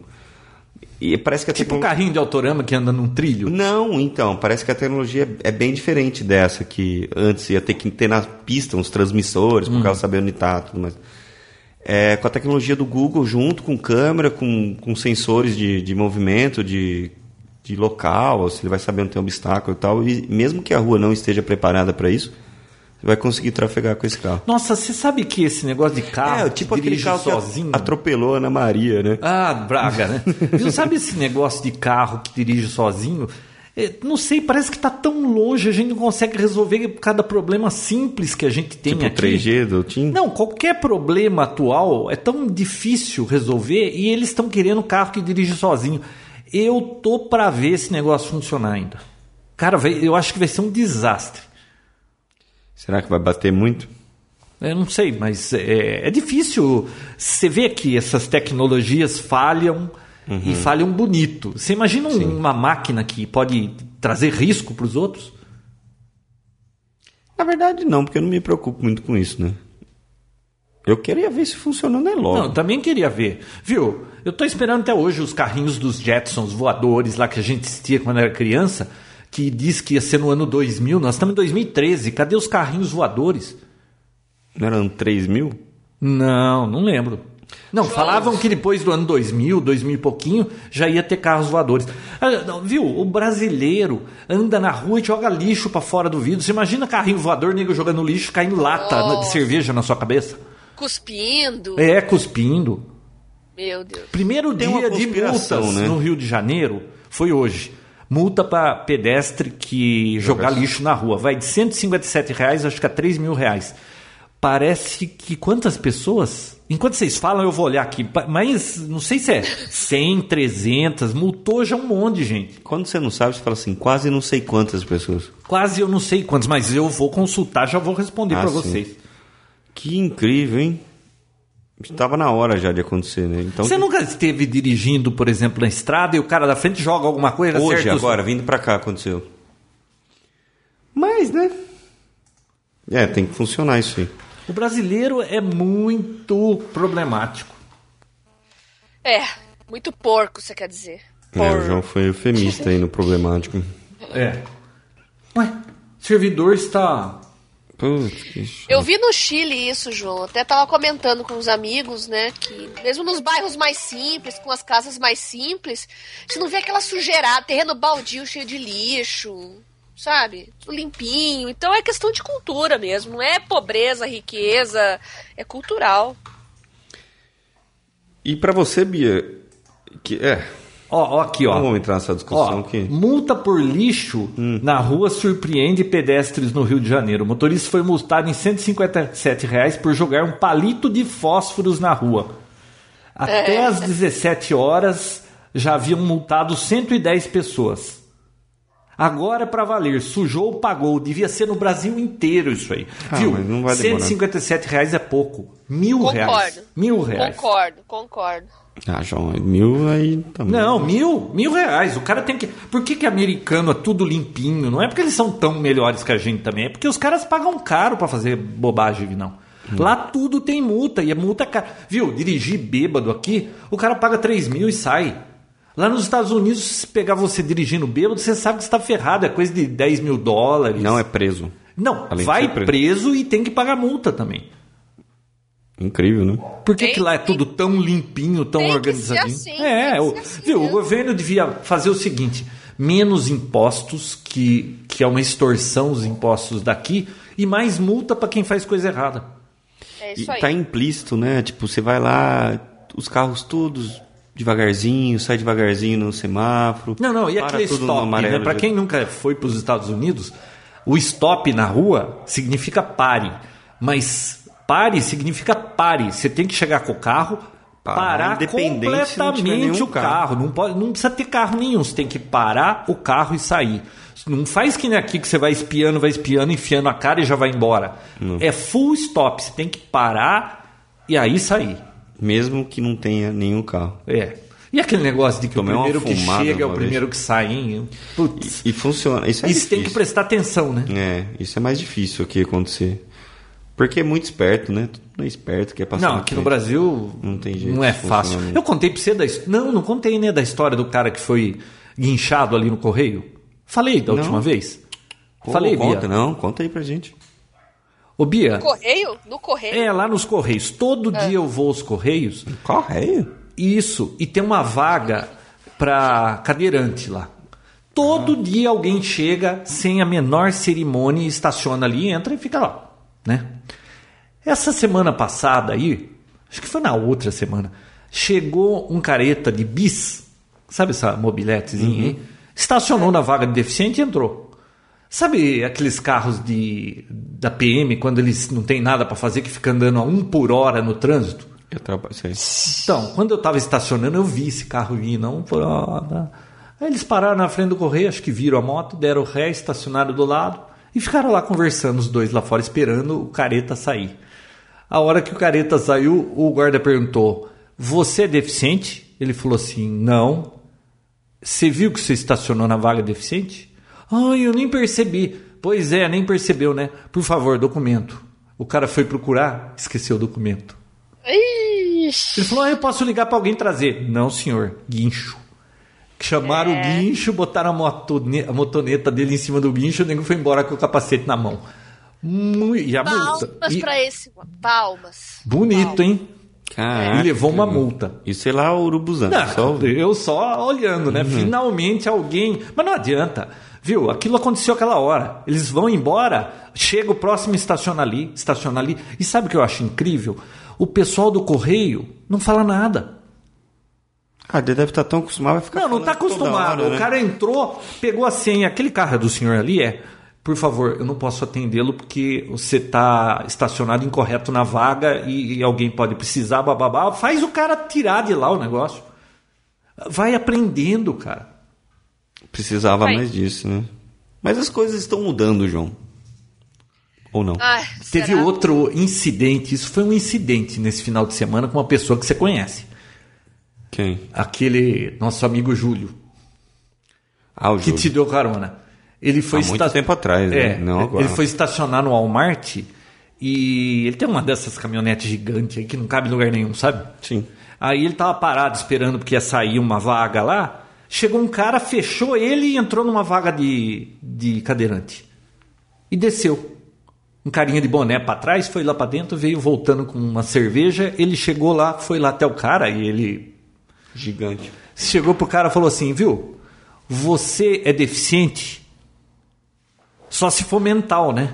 [SPEAKER 2] E parece que é
[SPEAKER 1] Tipo um carrinho de autorama que anda num trilho.
[SPEAKER 2] não, então, parece que a tecnologia é bem diferente dessa, que antes ia ter que ter na pista uns transmissores,
[SPEAKER 1] Hum.
[SPEAKER 2] para o carro saber onde está, tudo mais. É, com a tecnologia do Google, junto com câmera, com, com sensores de, de movimento, de, de local, se ele vai saber onde tem um obstáculo e tal, e mesmo que a rua não esteja preparada para isso, você vai conseguir trafegar com esse carro.
[SPEAKER 1] Nossa, você sabe que esse negócio de carro
[SPEAKER 2] é, tipo
[SPEAKER 1] que
[SPEAKER 2] aquele
[SPEAKER 1] Ah, dirige
[SPEAKER 2] carro
[SPEAKER 1] sozinho?
[SPEAKER 2] que atropelou a Ana Maria, né?
[SPEAKER 1] Ah, Braga, né? Viu, sabe esse negócio de carro que dirige sozinho? É, não sei, parece que tá tão longe, a gente não consegue resolver cada problema simples que a gente tem
[SPEAKER 2] tipo o
[SPEAKER 1] aqui.
[SPEAKER 2] 3G do Tim.
[SPEAKER 1] Não, qualquer problema atual é tão difícil resolver e eles estão querendo carro que dirige sozinho. Eu tô pra ver esse negócio funcionar ainda. Cara, vai- eu acho que vai ser um desastre.
[SPEAKER 2] Será que vai bater muito?
[SPEAKER 1] Eu não sei, mas é, é difícil. Você vê que essas tecnologias falham e falham bonito. Você imagina um- uma máquina que pode trazer risco para os outros?
[SPEAKER 2] Na verdade, não, porque eu não me preocupo muito com isso, né? Eu queria ver se funcionando é logo.
[SPEAKER 1] Não, eu também queria ver. Viu? Eu tô esperando até hoje os carrinhos dos Jetsons voadores lá que a gente assistia quando era criança, que diz que ia ser no ano 2000. Nós estamos em 2013. Cadê os carrinhos voadores?
[SPEAKER 2] Não eram 3 mil?
[SPEAKER 1] Não, não lembro. Não, falavam que depois do ano 2000, 2000 e pouquinho, já ia ter carros voadores. Ah, não, viu? O brasileiro anda na rua e joga lixo pra fora do vidro. Você imagina carrinho voador, nego jogando lixo, caindo lata na- de
[SPEAKER 3] Nossa.
[SPEAKER 1] cerveja na sua cabeça?
[SPEAKER 3] Cuspindo.
[SPEAKER 1] É, cuspindo.
[SPEAKER 3] Meu Deus.
[SPEAKER 1] Primeiro
[SPEAKER 2] Tem
[SPEAKER 1] dia
[SPEAKER 2] uma
[SPEAKER 1] de
[SPEAKER 2] conspiração,
[SPEAKER 1] multas
[SPEAKER 2] né?
[SPEAKER 1] no Rio de Janeiro foi hoje. Multa para pedestre que jogar
[SPEAKER 2] Jogar-
[SPEAKER 1] lixo na rua. Vai de 157 reais, acho que a 3 mil reais. Parece que quantas pessoas? Enquanto vocês falam, eu vou olhar aqui. Pa- Mas não sei se é 100, 300. Multou já um monte de gente.
[SPEAKER 2] Quando você não sabe, você fala assim, quase não sei quantas pessoas.
[SPEAKER 1] Quase eu não sei quantas, mas eu vou consultar, já vou responder
[SPEAKER 2] Ah,
[SPEAKER 1] para
[SPEAKER 2] sim.
[SPEAKER 1] vocês.
[SPEAKER 2] Que incrível, hein? Estava na hora já de acontecer, né? Então,
[SPEAKER 1] Você nunca esteve dirigindo, por exemplo, na estrada e o cara da frente joga alguma coisa?
[SPEAKER 2] hoje,
[SPEAKER 1] acerta os-
[SPEAKER 2] agora, vindo pra cá, aconteceu. Mas, né? É, tem que funcionar isso aí.
[SPEAKER 1] O brasileiro é muito problemático.
[SPEAKER 3] É, muito porco, você quer dizer.
[SPEAKER 2] É, o
[SPEAKER 3] Porco.
[SPEAKER 2] João foi eufemista aí no problemático.
[SPEAKER 1] É. Ué, servidor está.
[SPEAKER 2] Putz, que chato.
[SPEAKER 3] Eu vi no Chile isso, João. Até tava comentando com os amigos, né? Que mesmo nos bairros mais simples, com as casas mais simples, você não vê aquela sujeirada, terreno baldio cheio de lixo, sabe? Tudo limpinho. Então é questão de cultura mesmo. Não é pobreza, riqueza. É cultural.
[SPEAKER 2] E pra você, Bia, que é,
[SPEAKER 1] Ó, ó aqui,
[SPEAKER 2] não
[SPEAKER 1] ó.
[SPEAKER 2] vamos entrar nessa discussão
[SPEAKER 1] Ó,
[SPEAKER 2] Hum. aqui.
[SPEAKER 1] multa por lixo na rua surpreende pedestres no Rio de Janeiro. O motorista foi multado em R$ 157 reais por jogar um palito de fósforos na rua. Até
[SPEAKER 3] É.
[SPEAKER 1] às 17 horas já haviam multado 110 pessoas. Agora é pra valer. Sujou, pagou. Devia ser no Brasil inteiro isso aí.
[SPEAKER 2] Ah,
[SPEAKER 1] Viu?
[SPEAKER 2] mas não vai demorar.
[SPEAKER 1] 157 reais é pouco. Mil reais.
[SPEAKER 3] Concordo.
[SPEAKER 1] Mil reais.
[SPEAKER 3] Concordo, concordo.
[SPEAKER 2] Ah, João, mil aí tá também.
[SPEAKER 1] Não, mil, mil reais. O cara tem que. Por que, que americano é tudo limpinho? Não é porque eles são tão melhores que a gente também. É porque os caras pagam caro pra fazer bobagem, não.
[SPEAKER 2] Hum.
[SPEAKER 1] Lá tudo tem multa e a multa é cara. Viu? Dirigir bêbado aqui, o cara paga 3 mil e sai. Lá nos Estados Unidos, se pegar você dirigindo bêbado, você sabe que você tá ferrado. É coisa de 10 mil dólares.
[SPEAKER 2] Não é preso.
[SPEAKER 1] Não,
[SPEAKER 2] Além de
[SPEAKER 1] vai
[SPEAKER 2] ser preso.
[SPEAKER 1] preso e tem que pagar multa também.
[SPEAKER 2] Incrível, né?
[SPEAKER 1] Por que,
[SPEAKER 3] Tem
[SPEAKER 1] que lá é
[SPEAKER 3] que-
[SPEAKER 1] tudo tão limpinho, tão
[SPEAKER 3] tem que
[SPEAKER 1] organizadinho?
[SPEAKER 3] ser assim,
[SPEAKER 1] é,
[SPEAKER 3] tem que
[SPEAKER 1] o,
[SPEAKER 3] ser assim
[SPEAKER 1] viu, o
[SPEAKER 3] mesmo.
[SPEAKER 1] governo devia fazer o seguinte: menos impostos, que, que é uma extorsão os impostos daqui, e mais multa para quem faz coisa errada.
[SPEAKER 3] É
[SPEAKER 2] E
[SPEAKER 3] isso aí.
[SPEAKER 2] tá implícito, né? Tipo, você vai lá, os carros todos devagarzinho, sai devagarzinho no semáforo.
[SPEAKER 1] Não, não, e
[SPEAKER 2] para
[SPEAKER 1] aquele
[SPEAKER 2] tudo no
[SPEAKER 1] stop, né?
[SPEAKER 2] amarelo
[SPEAKER 1] Para
[SPEAKER 2] já.
[SPEAKER 1] quem nunca foi para os Estados Unidos, o stop na rua significa pare. Mas pare significa pare. Você tem que chegar com o carro,
[SPEAKER 2] Parar,
[SPEAKER 1] parar
[SPEAKER 2] independente se não tiver
[SPEAKER 1] completamente
[SPEAKER 2] nenhum
[SPEAKER 1] o carro. Não, pode, não precisa ter carro nenhum. Você tem que parar o carro e sair. Não faz que nem aqui que você vai espiando, vai espiando, enfiando a cara e já vai embora. É full stop. Você tem que parar e aí sair.
[SPEAKER 2] Mesmo que não tenha nenhum carro.
[SPEAKER 1] É. E aquele negócio de que
[SPEAKER 2] Tomei
[SPEAKER 1] o
[SPEAKER 2] uma
[SPEAKER 1] primeiro que
[SPEAKER 2] fumada
[SPEAKER 1] chega é o
[SPEAKER 2] uma
[SPEAKER 1] primeiro que sai, hein? Putz.
[SPEAKER 2] E funciona. Isso é
[SPEAKER 1] Isso tem Então que
[SPEAKER 2] difícil.
[SPEAKER 1] prestar atenção, né?
[SPEAKER 2] É, isso é mais difícil aqui acontecer. Porque é muito esperto, né? Tudo é esperto, quer passar
[SPEAKER 1] não,
[SPEAKER 2] na
[SPEAKER 1] aqui no
[SPEAKER 2] frente.
[SPEAKER 1] Brasil
[SPEAKER 2] Não tem jeito
[SPEAKER 1] não é
[SPEAKER 2] de funcionar
[SPEAKER 1] fácil.
[SPEAKER 2] muito.
[SPEAKER 1] Eu contei pra você da his- Não, não contei, né? Da história do cara que foi guinchado ali no correio. Falei da
[SPEAKER 2] Não.
[SPEAKER 1] última vez.
[SPEAKER 2] Pô,
[SPEAKER 1] Falei,
[SPEAKER 2] conta, né?
[SPEAKER 1] Bia.
[SPEAKER 2] não, conta aí pra gente.
[SPEAKER 1] Ô, Bia,
[SPEAKER 3] Correio? No correio?
[SPEAKER 1] é lá nos correios. Todo dia eu vou aos correios.
[SPEAKER 2] Correio?
[SPEAKER 1] Isso, e tem uma vaga pra cadeirante lá. Todo dia alguém chega sem a menor cerimônia, estaciona ali, entra e fica lá, né? Essa semana passada aí, acho que foi na outra semana, chegou um careta de bis, sabe essa mobiletezinha aí? Estacionou na vaga de deficiente e entrou. Sabe aqueles carros de, da PM, quando eles não tem nada pra fazer, que fica andando a um por hora no trânsito?
[SPEAKER 2] Eu trabalho. Sei.
[SPEAKER 1] Então, quando eu tava estacionando, eu vi esse carro vir, não por hora. Aí eles pararam na frente do correio, acho que viram a moto, deram o ré, estacionaram do lado e ficaram lá conversando os dois lá fora, esperando o careta sair. A hora que o careta saiu, o guarda perguntou: Você é deficiente? Ele falou assim: Não. Você viu que você estacionou na vaga deficiente? Ai, eu nem percebi. Pois é, nem percebeu, né? Por favor, documento. O cara foi procurar, esqueceu o documento.
[SPEAKER 3] Ixi.
[SPEAKER 1] Ele falou: ah, eu posso ligar pra alguém trazer. Não, senhor, guincho. Chamaram
[SPEAKER 3] É.
[SPEAKER 1] o guincho, botaram a, motone- a motoneta dele em cima do guincho, o nego foi embora com o capacete na mão. Mu- E a multa.
[SPEAKER 3] Palmas
[SPEAKER 1] E-
[SPEAKER 3] pra esse. Palmas.
[SPEAKER 1] Bonito, hein?
[SPEAKER 2] Caraca.
[SPEAKER 1] E levou uma multa.
[SPEAKER 2] E sei lá, o Uhum. urubuzando.
[SPEAKER 1] Não,
[SPEAKER 2] Ah, Só...
[SPEAKER 1] eu só olhando, né? Finalmente alguém. Mas não adianta. Viu? Aquilo aconteceu aquela hora. Eles vão embora, chega o próximo, estaciona ali, estaciona ali. E sabe o que eu acho incrível? O pessoal do correio não fala nada.
[SPEAKER 2] Ah, ele deve estar tão acostumado, vai ficar
[SPEAKER 1] Não, não
[SPEAKER 2] falando
[SPEAKER 1] tá
[SPEAKER 2] toda
[SPEAKER 1] acostumado.
[SPEAKER 2] hora,
[SPEAKER 1] O
[SPEAKER 2] né?
[SPEAKER 1] cara entrou, pegou a senha. Aquele carro é do senhor ali é. Por favor, eu não posso atendê-lo porque você tá estacionado incorreto na vaga e, e alguém pode precisar, bababá. Faz o cara tirar de lá o negócio. Vai aprendendo, cara.
[SPEAKER 2] Precisava
[SPEAKER 3] Vai.
[SPEAKER 2] mais disso, né? Mas as coisas estão mudando, João. Ou não?
[SPEAKER 3] Ai,
[SPEAKER 1] Teve
[SPEAKER 3] será?
[SPEAKER 1] outro incidente, isso foi um incidente nesse final de semana com uma pessoa que você conhece.
[SPEAKER 2] Quem?
[SPEAKER 1] Aquele nosso amigo Júlio,
[SPEAKER 2] Ah, o
[SPEAKER 1] que
[SPEAKER 2] Júlio.
[SPEAKER 1] te deu carona. Ele foi
[SPEAKER 2] Há muito tempo atrás, né?
[SPEAKER 1] É,
[SPEAKER 2] Não agora.
[SPEAKER 1] Ele foi estacionar no Walmart e ele tem uma dessas caminhonetes gigantes aí que não cabe em lugar nenhum, sabe?
[SPEAKER 2] Sim.
[SPEAKER 1] Aí ele tava parado esperando porque ia sair uma vaga lá. Chegou um cara, fechou ele e entrou numa vaga de, de cadeirante. E desceu. Um carinha de boné pra trás, foi lá pra dentro, veio voltando com uma cerveja. Ele chegou lá, foi lá até o cara e ele
[SPEAKER 2] Gigante.
[SPEAKER 1] chegou pro cara e falou assim, viu? Você é deficiente só se for mental, né?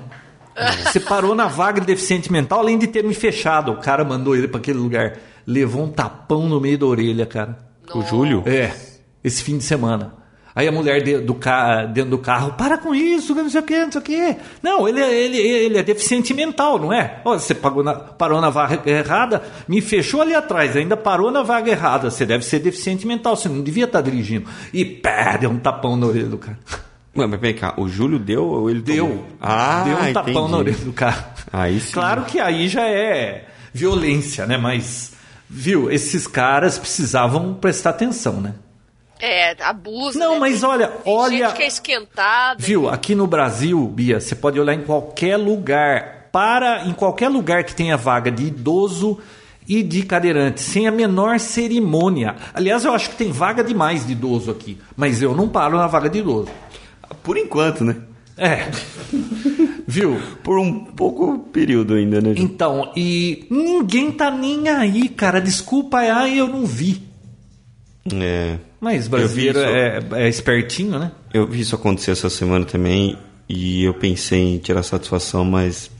[SPEAKER 1] Você parou na vaga de deficiente mental, além de ter me fechado. O cara mandou ele pra aquele lugar. Levou um tapão no meio da orelha, cara.
[SPEAKER 2] O Júlio?
[SPEAKER 1] É, esse fim de semana. Aí a mulher de- do ca- dentro do carro, para com isso, não sei o que, não sei o que. Não, ele, é- ele, ele é deficiente mental, não é? Ó, você pagou na- parou na vaga errada, me fechou ali atrás, ainda parou na vaga errada. Você deve ser deficiente mental, você não devia estar dirigindo. E pá, deu um tapão na orelha do cara.
[SPEAKER 2] Ué, mas vem cá, o Júlio deu ou ele
[SPEAKER 1] Deu.
[SPEAKER 2] tomou? Ah,
[SPEAKER 1] deu um tapão
[SPEAKER 2] entendi.
[SPEAKER 1] na orelha do cara.
[SPEAKER 2] Aí sim.
[SPEAKER 1] Claro que aí já é violência, né? Mas, viu, esses caras precisavam prestar atenção, né?
[SPEAKER 3] É, abuso.
[SPEAKER 1] Não,
[SPEAKER 3] né?
[SPEAKER 1] mas
[SPEAKER 3] Tem-
[SPEAKER 1] olha,
[SPEAKER 3] tem
[SPEAKER 1] olha-
[SPEAKER 3] Gente que é esquentada.
[SPEAKER 1] Viu? Aqui no Brasil, Bia, você pode olhar em qualquer lugar. Para em qualquer lugar que tenha vaga de idoso e de cadeirante, sem a menor cerimônia. Aliás, eu acho que tem vaga demais de idoso aqui, mas eu não paro na vaga de idoso.
[SPEAKER 2] Por enquanto, né?
[SPEAKER 1] É. Viu?
[SPEAKER 2] Por um pouco período ainda, né? Júlio?
[SPEAKER 1] Então, e ninguém tá nem aí, cara. Desculpa, ai, eu não vi.
[SPEAKER 2] É.
[SPEAKER 1] Mas brasileiro
[SPEAKER 2] isso.
[SPEAKER 1] é, é espertinho, né?
[SPEAKER 2] Eu vi isso acontecer essa semana também e eu pensei em tirar satisfação, mas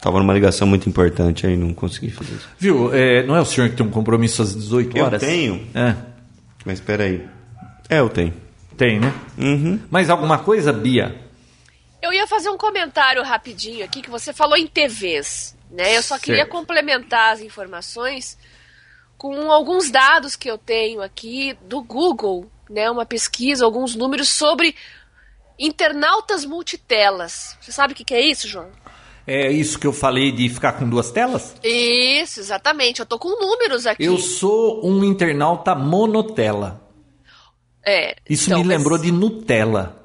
[SPEAKER 2] tava numa ligação muito importante aí, não consegui fazer isso.
[SPEAKER 1] Viu? É, não é o senhor que tem um compromisso às 18
[SPEAKER 2] Eu
[SPEAKER 1] horas?
[SPEAKER 2] tenho.
[SPEAKER 1] É,
[SPEAKER 2] Mas espera aí. É, eu tenho.
[SPEAKER 1] tem, né?
[SPEAKER 2] Uhum.
[SPEAKER 1] Mais alguma coisa, Bia?
[SPEAKER 3] Eu ia fazer um comentário rapidinho aqui que você falou em TVs, né? Eu só queria
[SPEAKER 1] Certo.
[SPEAKER 3] complementar as informações com alguns dados que eu tenho aqui do Google, né? Uma pesquisa, alguns números sobre internautas multitelas. Você sabe o que que é isso, João?
[SPEAKER 1] É isso que eu falei de ficar com duas telas?
[SPEAKER 3] Isso, exatamente. Eu tô com números aqui.
[SPEAKER 1] Eu sou um internauta monotela.
[SPEAKER 3] É,
[SPEAKER 1] Isso
[SPEAKER 3] então,
[SPEAKER 1] me
[SPEAKER 3] mas-
[SPEAKER 1] lembrou de Nutella.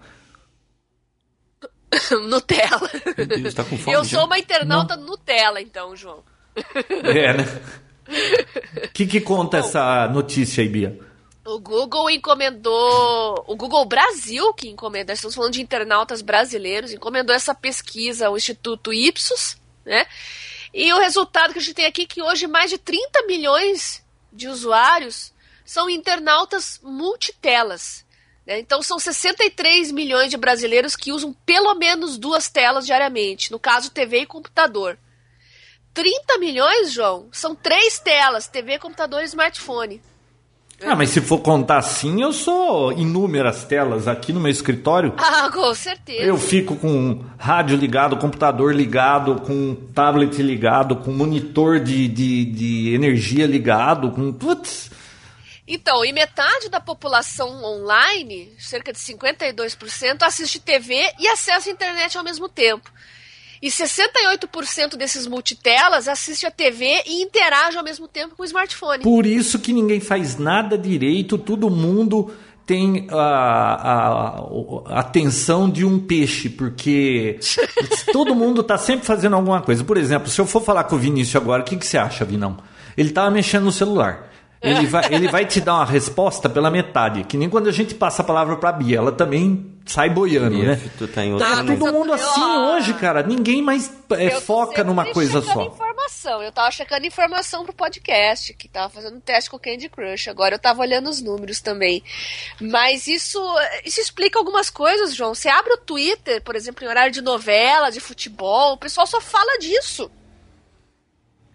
[SPEAKER 3] Nutella.
[SPEAKER 2] Meu Deus, tá com fome
[SPEAKER 3] Eu
[SPEAKER 2] já?
[SPEAKER 3] sou uma internauta Nutella, então, João.
[SPEAKER 1] É, né? O que, que conta essa notícia aí, Bia?
[SPEAKER 3] O Google encomendou. O Google Brasil que encomendou. Estamos falando de internautas brasileiros. Encomendou essa pesquisa ao Instituto Ipsos, né? E o resultado que a gente tem aqui é que hoje mais de 30 milhões de usuários são internautas multitelas. né? Então são 63 milhões de brasileiros que usam pelo menos duas telas diariamente, no caso TV e computador. 30 milhões, João, são três telas, TV, computador e smartphone.
[SPEAKER 1] Ah, mas se for contar assim, eu sou inúmeras telas aqui no meu escritório.
[SPEAKER 3] Ah, com certeza.
[SPEAKER 1] Eu fico com rádio ligado, computador ligado, com tablet ligado, com monitor de, de, de energia ligado, com. Putz!
[SPEAKER 3] Então, e metade da população online, cerca de 52%, assiste TV e acessa a internet ao mesmo tempo. E 68% desses multitelas assiste a TV e interage ao mesmo tempo com o smartphone.
[SPEAKER 1] Por isso que ninguém faz nada direito, todo mundo tem a, a, a atenção de um peixe, porque todo mundo está sempre fazendo alguma coisa. Por exemplo, se eu for falar com o Vinícius agora, o que, que você acha, Vinão? Ele estava mexendo no celular. Ele vai, ele vai te dar uma resposta pela metade, que nem quando a gente passa a palavra para Bia, ela também sai boiando, né?
[SPEAKER 2] Tu tá em outro
[SPEAKER 1] Tá
[SPEAKER 3] Tá,
[SPEAKER 2] mundo.
[SPEAKER 1] todo mundo assim hoje, cara. Ninguém mais é,
[SPEAKER 3] Eu
[SPEAKER 1] foca
[SPEAKER 3] sempre
[SPEAKER 1] numa coisa
[SPEAKER 3] checando
[SPEAKER 1] só.
[SPEAKER 3] Informação. Eu tava checando informação pro podcast, que tava fazendo teste com o Candy Crush. Agora eu tava olhando os números também. Mas isso, isso explica algumas coisas, João. Você abre o Twitter, por exemplo, em horário de novela, de futebol, o pessoal só fala disso.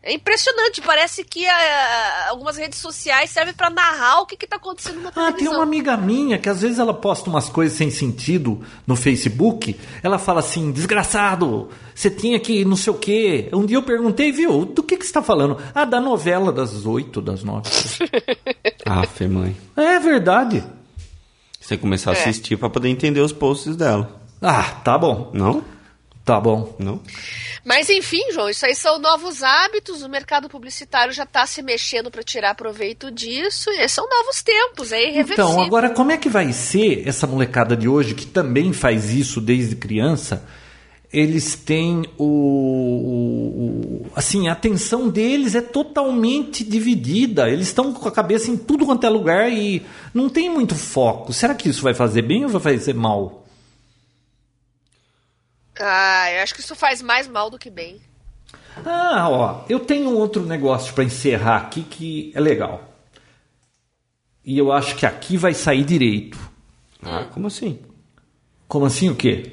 [SPEAKER 3] É impressionante, parece que ah, algumas redes sociais servem pra narrar o que, que tá acontecendo na
[SPEAKER 1] Ah, tem
[SPEAKER 3] televisão.
[SPEAKER 1] uma amiga minha que às vezes ela posta umas coisas sem sentido no Facebook. Ela fala assim: desgraçado, você tinha que não sei o quê. Um dia eu perguntei, viu, do que, que você tá falando? Ah, da novela das oito, das nove.
[SPEAKER 2] Aff, mãe.
[SPEAKER 1] é verdade.
[SPEAKER 2] Você começar a
[SPEAKER 3] É.
[SPEAKER 2] assistir pra poder entender os posts dela.
[SPEAKER 1] Ah, tá bom,
[SPEAKER 2] Não?
[SPEAKER 1] tá bom.
[SPEAKER 2] Não?
[SPEAKER 3] Mas enfim, João, isso aí são novos hábitos. O mercado publicitário já tá se mexendo para tirar proveito disso. E são novos tempos, é irreversível.
[SPEAKER 1] Então, agora como é que vai ser essa molecada de hoje que também faz isso desde criança? Eles têm o, o- o- assim, a atenção deles é totalmente dividida. Eles estão com a cabeça em tudo quanto é lugar e não tem muito foco. Será que isso vai fazer bem ou vai fazer mal?
[SPEAKER 3] Ah, eu acho que isso faz mais mal do que bem.
[SPEAKER 1] Ah, ó, eu tenho outro negócio para encerrar aqui que é legal. E eu acho que aqui vai sair direito.
[SPEAKER 3] Hum.
[SPEAKER 2] Ah, como assim?
[SPEAKER 1] Como assim o quê?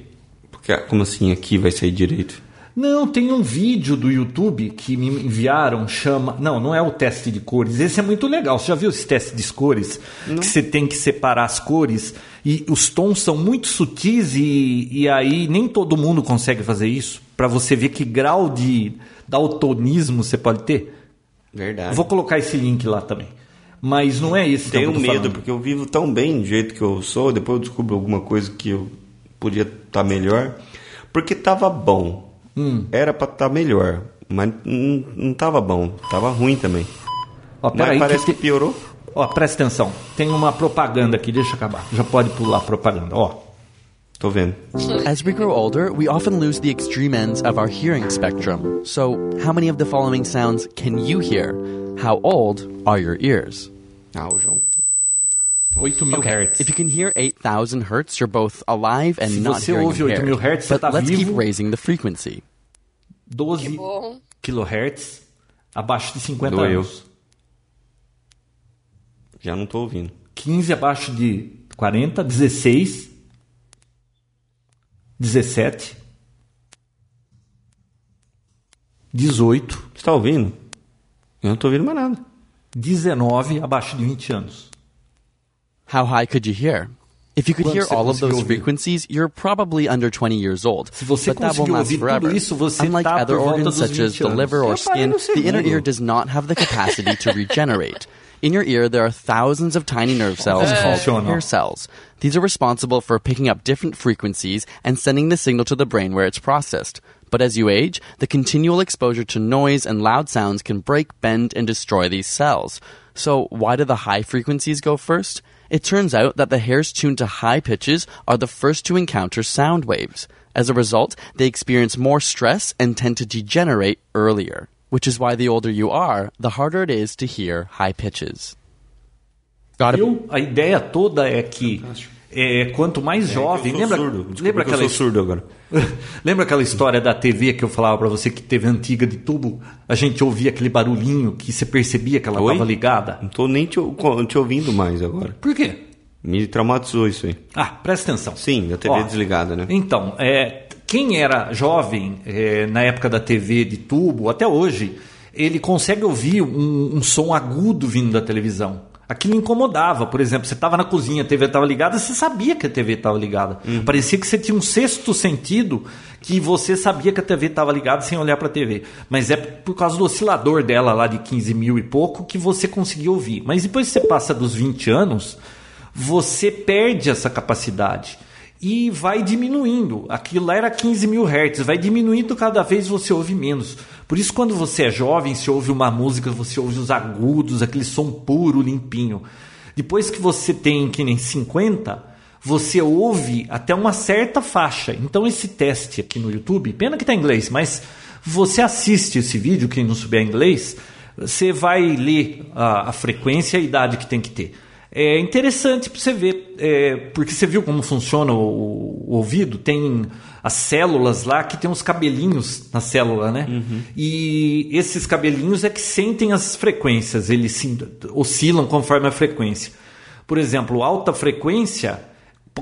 [SPEAKER 2] Porque, ah, como assim aqui vai sair direito?
[SPEAKER 1] Não, tem um vídeo do YouTube que me enviaram, chama. Não, não é o teste de cores. Esse é muito legal. Você já viu esse teste de cores? Que você tem que separar as cores e os tons são muito sutis e, e aí nem todo mundo consegue fazer isso. Pra você ver que grau de daltonismo você pode ter.
[SPEAKER 2] Verdade.
[SPEAKER 1] Vou colocar esse link lá também. Mas não é esse que
[SPEAKER 2] Tenho
[SPEAKER 1] eu tô
[SPEAKER 2] medo,
[SPEAKER 1] falando.
[SPEAKER 2] porque eu vivo tão bem do jeito que eu sou, depois eu descubro alguma coisa que eu podia estar melhor. Porque tava bom. Era pra estar melhor. Mas não, não tava bom. Tava ruim também.
[SPEAKER 1] Ó,
[SPEAKER 2] Mas
[SPEAKER 1] peraí,
[SPEAKER 2] parece
[SPEAKER 1] que
[SPEAKER 2] que,
[SPEAKER 1] te-
[SPEAKER 2] piorou.
[SPEAKER 1] Ó, presta atenção. Tem uma propaganda aqui, deixa eu acabar. Já pode pular a propaganda. Ó.
[SPEAKER 2] Tô vendo.
[SPEAKER 5] As we grow older, we often lose the extreme ends of our hearing spectrum. So, how many of the following sounds can you hear? How old are your ears?
[SPEAKER 2] Ah, o João.
[SPEAKER 1] 8 mil hertz.
[SPEAKER 5] If you can hear 8,000 hertz, you're both alive and
[SPEAKER 1] Se
[SPEAKER 5] not
[SPEAKER 1] você
[SPEAKER 5] hearing
[SPEAKER 1] ouve 8 mil
[SPEAKER 5] impaired.
[SPEAKER 1] hertz, você
[SPEAKER 5] But
[SPEAKER 1] tá
[SPEAKER 5] let's keep
[SPEAKER 1] vivo.
[SPEAKER 5] raising the frequency.
[SPEAKER 1] 12
[SPEAKER 3] Bom,
[SPEAKER 1] kHz abaixo de 50
[SPEAKER 2] Doeu.
[SPEAKER 1] anos.
[SPEAKER 2] Já não tô ouvindo.
[SPEAKER 1] 15 abaixo de 40, 16, 17, 18,
[SPEAKER 2] Você tá ouvindo? Eu não tô ouvindo mais nada.
[SPEAKER 1] 19 abaixo de 20 anos.
[SPEAKER 5] How high could you hear? If you could
[SPEAKER 1] Quando
[SPEAKER 5] hear
[SPEAKER 1] você
[SPEAKER 5] all of
[SPEAKER 1] conseguiu
[SPEAKER 5] those
[SPEAKER 1] ouvir?
[SPEAKER 5] frequencies, you're probably under 20 years old.
[SPEAKER 1] Se você
[SPEAKER 5] but that won't
[SPEAKER 1] conseguiu
[SPEAKER 5] last
[SPEAKER 1] ouvir tudo
[SPEAKER 5] forever.
[SPEAKER 1] isso, você
[SPEAKER 5] Unlike
[SPEAKER 1] tá por
[SPEAKER 5] other
[SPEAKER 1] volta dos
[SPEAKER 5] organs such as
[SPEAKER 1] 20
[SPEAKER 5] the
[SPEAKER 1] anos.
[SPEAKER 5] liver or
[SPEAKER 2] Eu parei
[SPEAKER 5] skin,
[SPEAKER 2] no
[SPEAKER 5] the inner
[SPEAKER 2] segundo.
[SPEAKER 5] ear does not have the capacity to regenerate. In your ear, there are thousands of tiny nerve cells
[SPEAKER 1] É.
[SPEAKER 5] called
[SPEAKER 1] Funciona.
[SPEAKER 5] hair cells. These are responsible for picking up different frequencies and sending the signal to the brain where it's processed. But as you age, the continual exposure to noise and loud sounds can break, bend, and destroy these cells. So, why do the high frequencies go first? It turns out that the hairs tuned to high pitches are the first to encounter sound waves. As a result, they experience more stress and tend to degenerate earlier. Which is why the older you are, the harder it is to hear high pitches. Got it?
[SPEAKER 1] Eu, a ideia toda é que é, quanto mais jovem,
[SPEAKER 2] Eu sou
[SPEAKER 1] lembra,
[SPEAKER 2] surdo. Desculpa
[SPEAKER 1] lembra
[SPEAKER 2] que eu
[SPEAKER 1] aquela
[SPEAKER 2] sou surdo agora.
[SPEAKER 1] Lembra aquela história da TV que eu falava pra você que teve antiga de tubo? A gente ouvia aquele barulhinho que você percebia que ela
[SPEAKER 2] Oi?
[SPEAKER 1] estava ligada.
[SPEAKER 2] Não tô nem te, ou- te ouvindo mais agora.
[SPEAKER 1] Por quê?
[SPEAKER 2] Me traumatizou isso aí.
[SPEAKER 1] Ah, presta atenção.
[SPEAKER 2] Sim, da TV desligada, né?
[SPEAKER 1] Então, é, quem era jovem é, na época da TV de tubo, até hoje, ele consegue ouvir um, um som agudo vindo da televisão. Aquilo incomodava, por exemplo, você estava na cozinha, a TV estava ligada, você sabia que a TV estava ligada.
[SPEAKER 2] Uhum.
[SPEAKER 1] Parecia que você tinha um sexto sentido que você sabia que a TV estava ligada sem olhar para a TV. Mas é por causa do oscilador dela lá de 15 mil e pouco que você conseguia ouvir. Mas depois que você passa dos 20 anos, você perde essa capacidade e vai diminuindo. Aquilo lá era 15 mil hertz, vai diminuindo cada vez você ouve menos. Por isso, quando você é jovem, você ouve uma música, você ouve os agudos, aquele som puro, limpinho. Depois que você tem que nem 50, você ouve até uma certa faixa. Então esse teste aqui no YouTube, pena que tá em inglês, mas você assiste esse vídeo, quem não souber inglês, você vai ler a, a frequência e a idade que tem que ter. É interessante para você ver, é, porque você viu como funciona o, o ouvido, tem as células lá que tem uns cabelinhos na célula, né? E esses cabelinhos é que sentem as frequências, eles se- oscilam conforme a frequência. Por exemplo, alta frequência,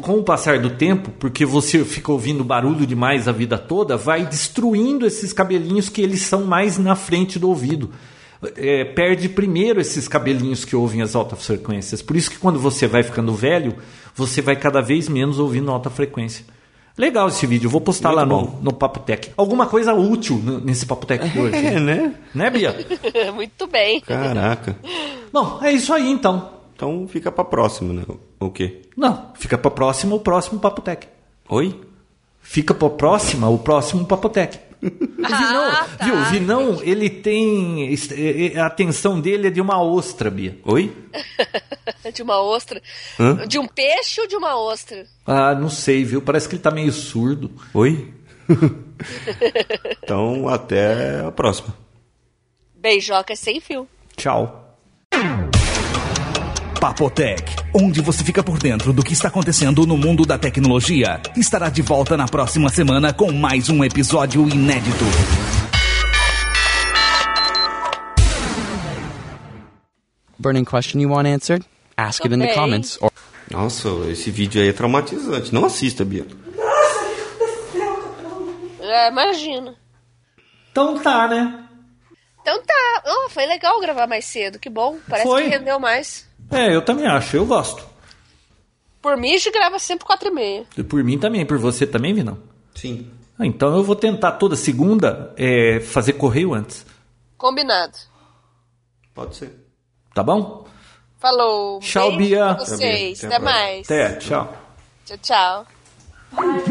[SPEAKER 1] com o passar do tempo, porque você fica ouvindo barulho demais a vida toda, vai destruindo esses cabelinhos que eles são mais na frente do ouvido. É, perde primeiro esses cabelinhos que ouvem as altas frequências. Por isso que quando você vai ficando velho, você vai cada vez menos ouvindo alta frequência. Legal esse vídeo, eu vou postar lá no, no Papo Tech. Alguma coisa útil n- nesse Papo Tech de hoje. né?
[SPEAKER 2] É, né?
[SPEAKER 1] né, Bia?
[SPEAKER 3] Muito bem.
[SPEAKER 2] Caraca.
[SPEAKER 1] Bom, é isso aí então.
[SPEAKER 2] Então fica pra próxima, né? O quê?
[SPEAKER 1] Não, fica para próxima o próximo Papo Tech.
[SPEAKER 2] Oi?
[SPEAKER 1] Fica para próxima o próximo Papotec. O Vinão,
[SPEAKER 3] Ah, tá.
[SPEAKER 1] viu, o Vinão, ele tem. est- eh, eh, A atenção dele é de uma ostra, Bia.
[SPEAKER 2] Oi?
[SPEAKER 3] De uma ostra.
[SPEAKER 2] Hã?
[SPEAKER 3] De um peixe ou de uma ostra?
[SPEAKER 1] Ah, não sei, viu? Parece que ele tá meio surdo.
[SPEAKER 2] Oi? então até a próxima.
[SPEAKER 3] Beijoca é sem fio.
[SPEAKER 1] Tchau.
[SPEAKER 6] Papotec, onde você fica por dentro do que está acontecendo no mundo da tecnologia, estará de volta na próxima semana com mais um episódio inédito.
[SPEAKER 5] Burning question you want answered? Ask it in the
[SPEAKER 3] Okay.
[SPEAKER 5] comments or
[SPEAKER 2] Nossa, esse vídeo aí é traumatizante. Não assista, Bia.
[SPEAKER 3] É, imagina.
[SPEAKER 1] Então tá, né?
[SPEAKER 3] Então tá. Oh, foi legal gravar mais cedo, que bom. Parece
[SPEAKER 1] Foi.
[SPEAKER 3] que rendeu mais.
[SPEAKER 1] É, eu também acho, eu gosto.
[SPEAKER 3] Por mim, a gente grava sempre quatro e meia.
[SPEAKER 1] E Por mim também, por você também, Vinão.
[SPEAKER 2] Sim.
[SPEAKER 1] Ah, então eu vou tentar toda segunda eh, fazer correio antes.
[SPEAKER 3] Combinado.
[SPEAKER 2] Pode ser.
[SPEAKER 1] Tá bom?
[SPEAKER 3] Falou.
[SPEAKER 1] Tchau,
[SPEAKER 3] Beijo
[SPEAKER 1] Bia.
[SPEAKER 3] pra vocês.
[SPEAKER 2] Tchau, Bia. Até a
[SPEAKER 3] Até
[SPEAKER 2] próxima.
[SPEAKER 3] mais.
[SPEAKER 1] Até, tchau.
[SPEAKER 3] Tchau, tchau.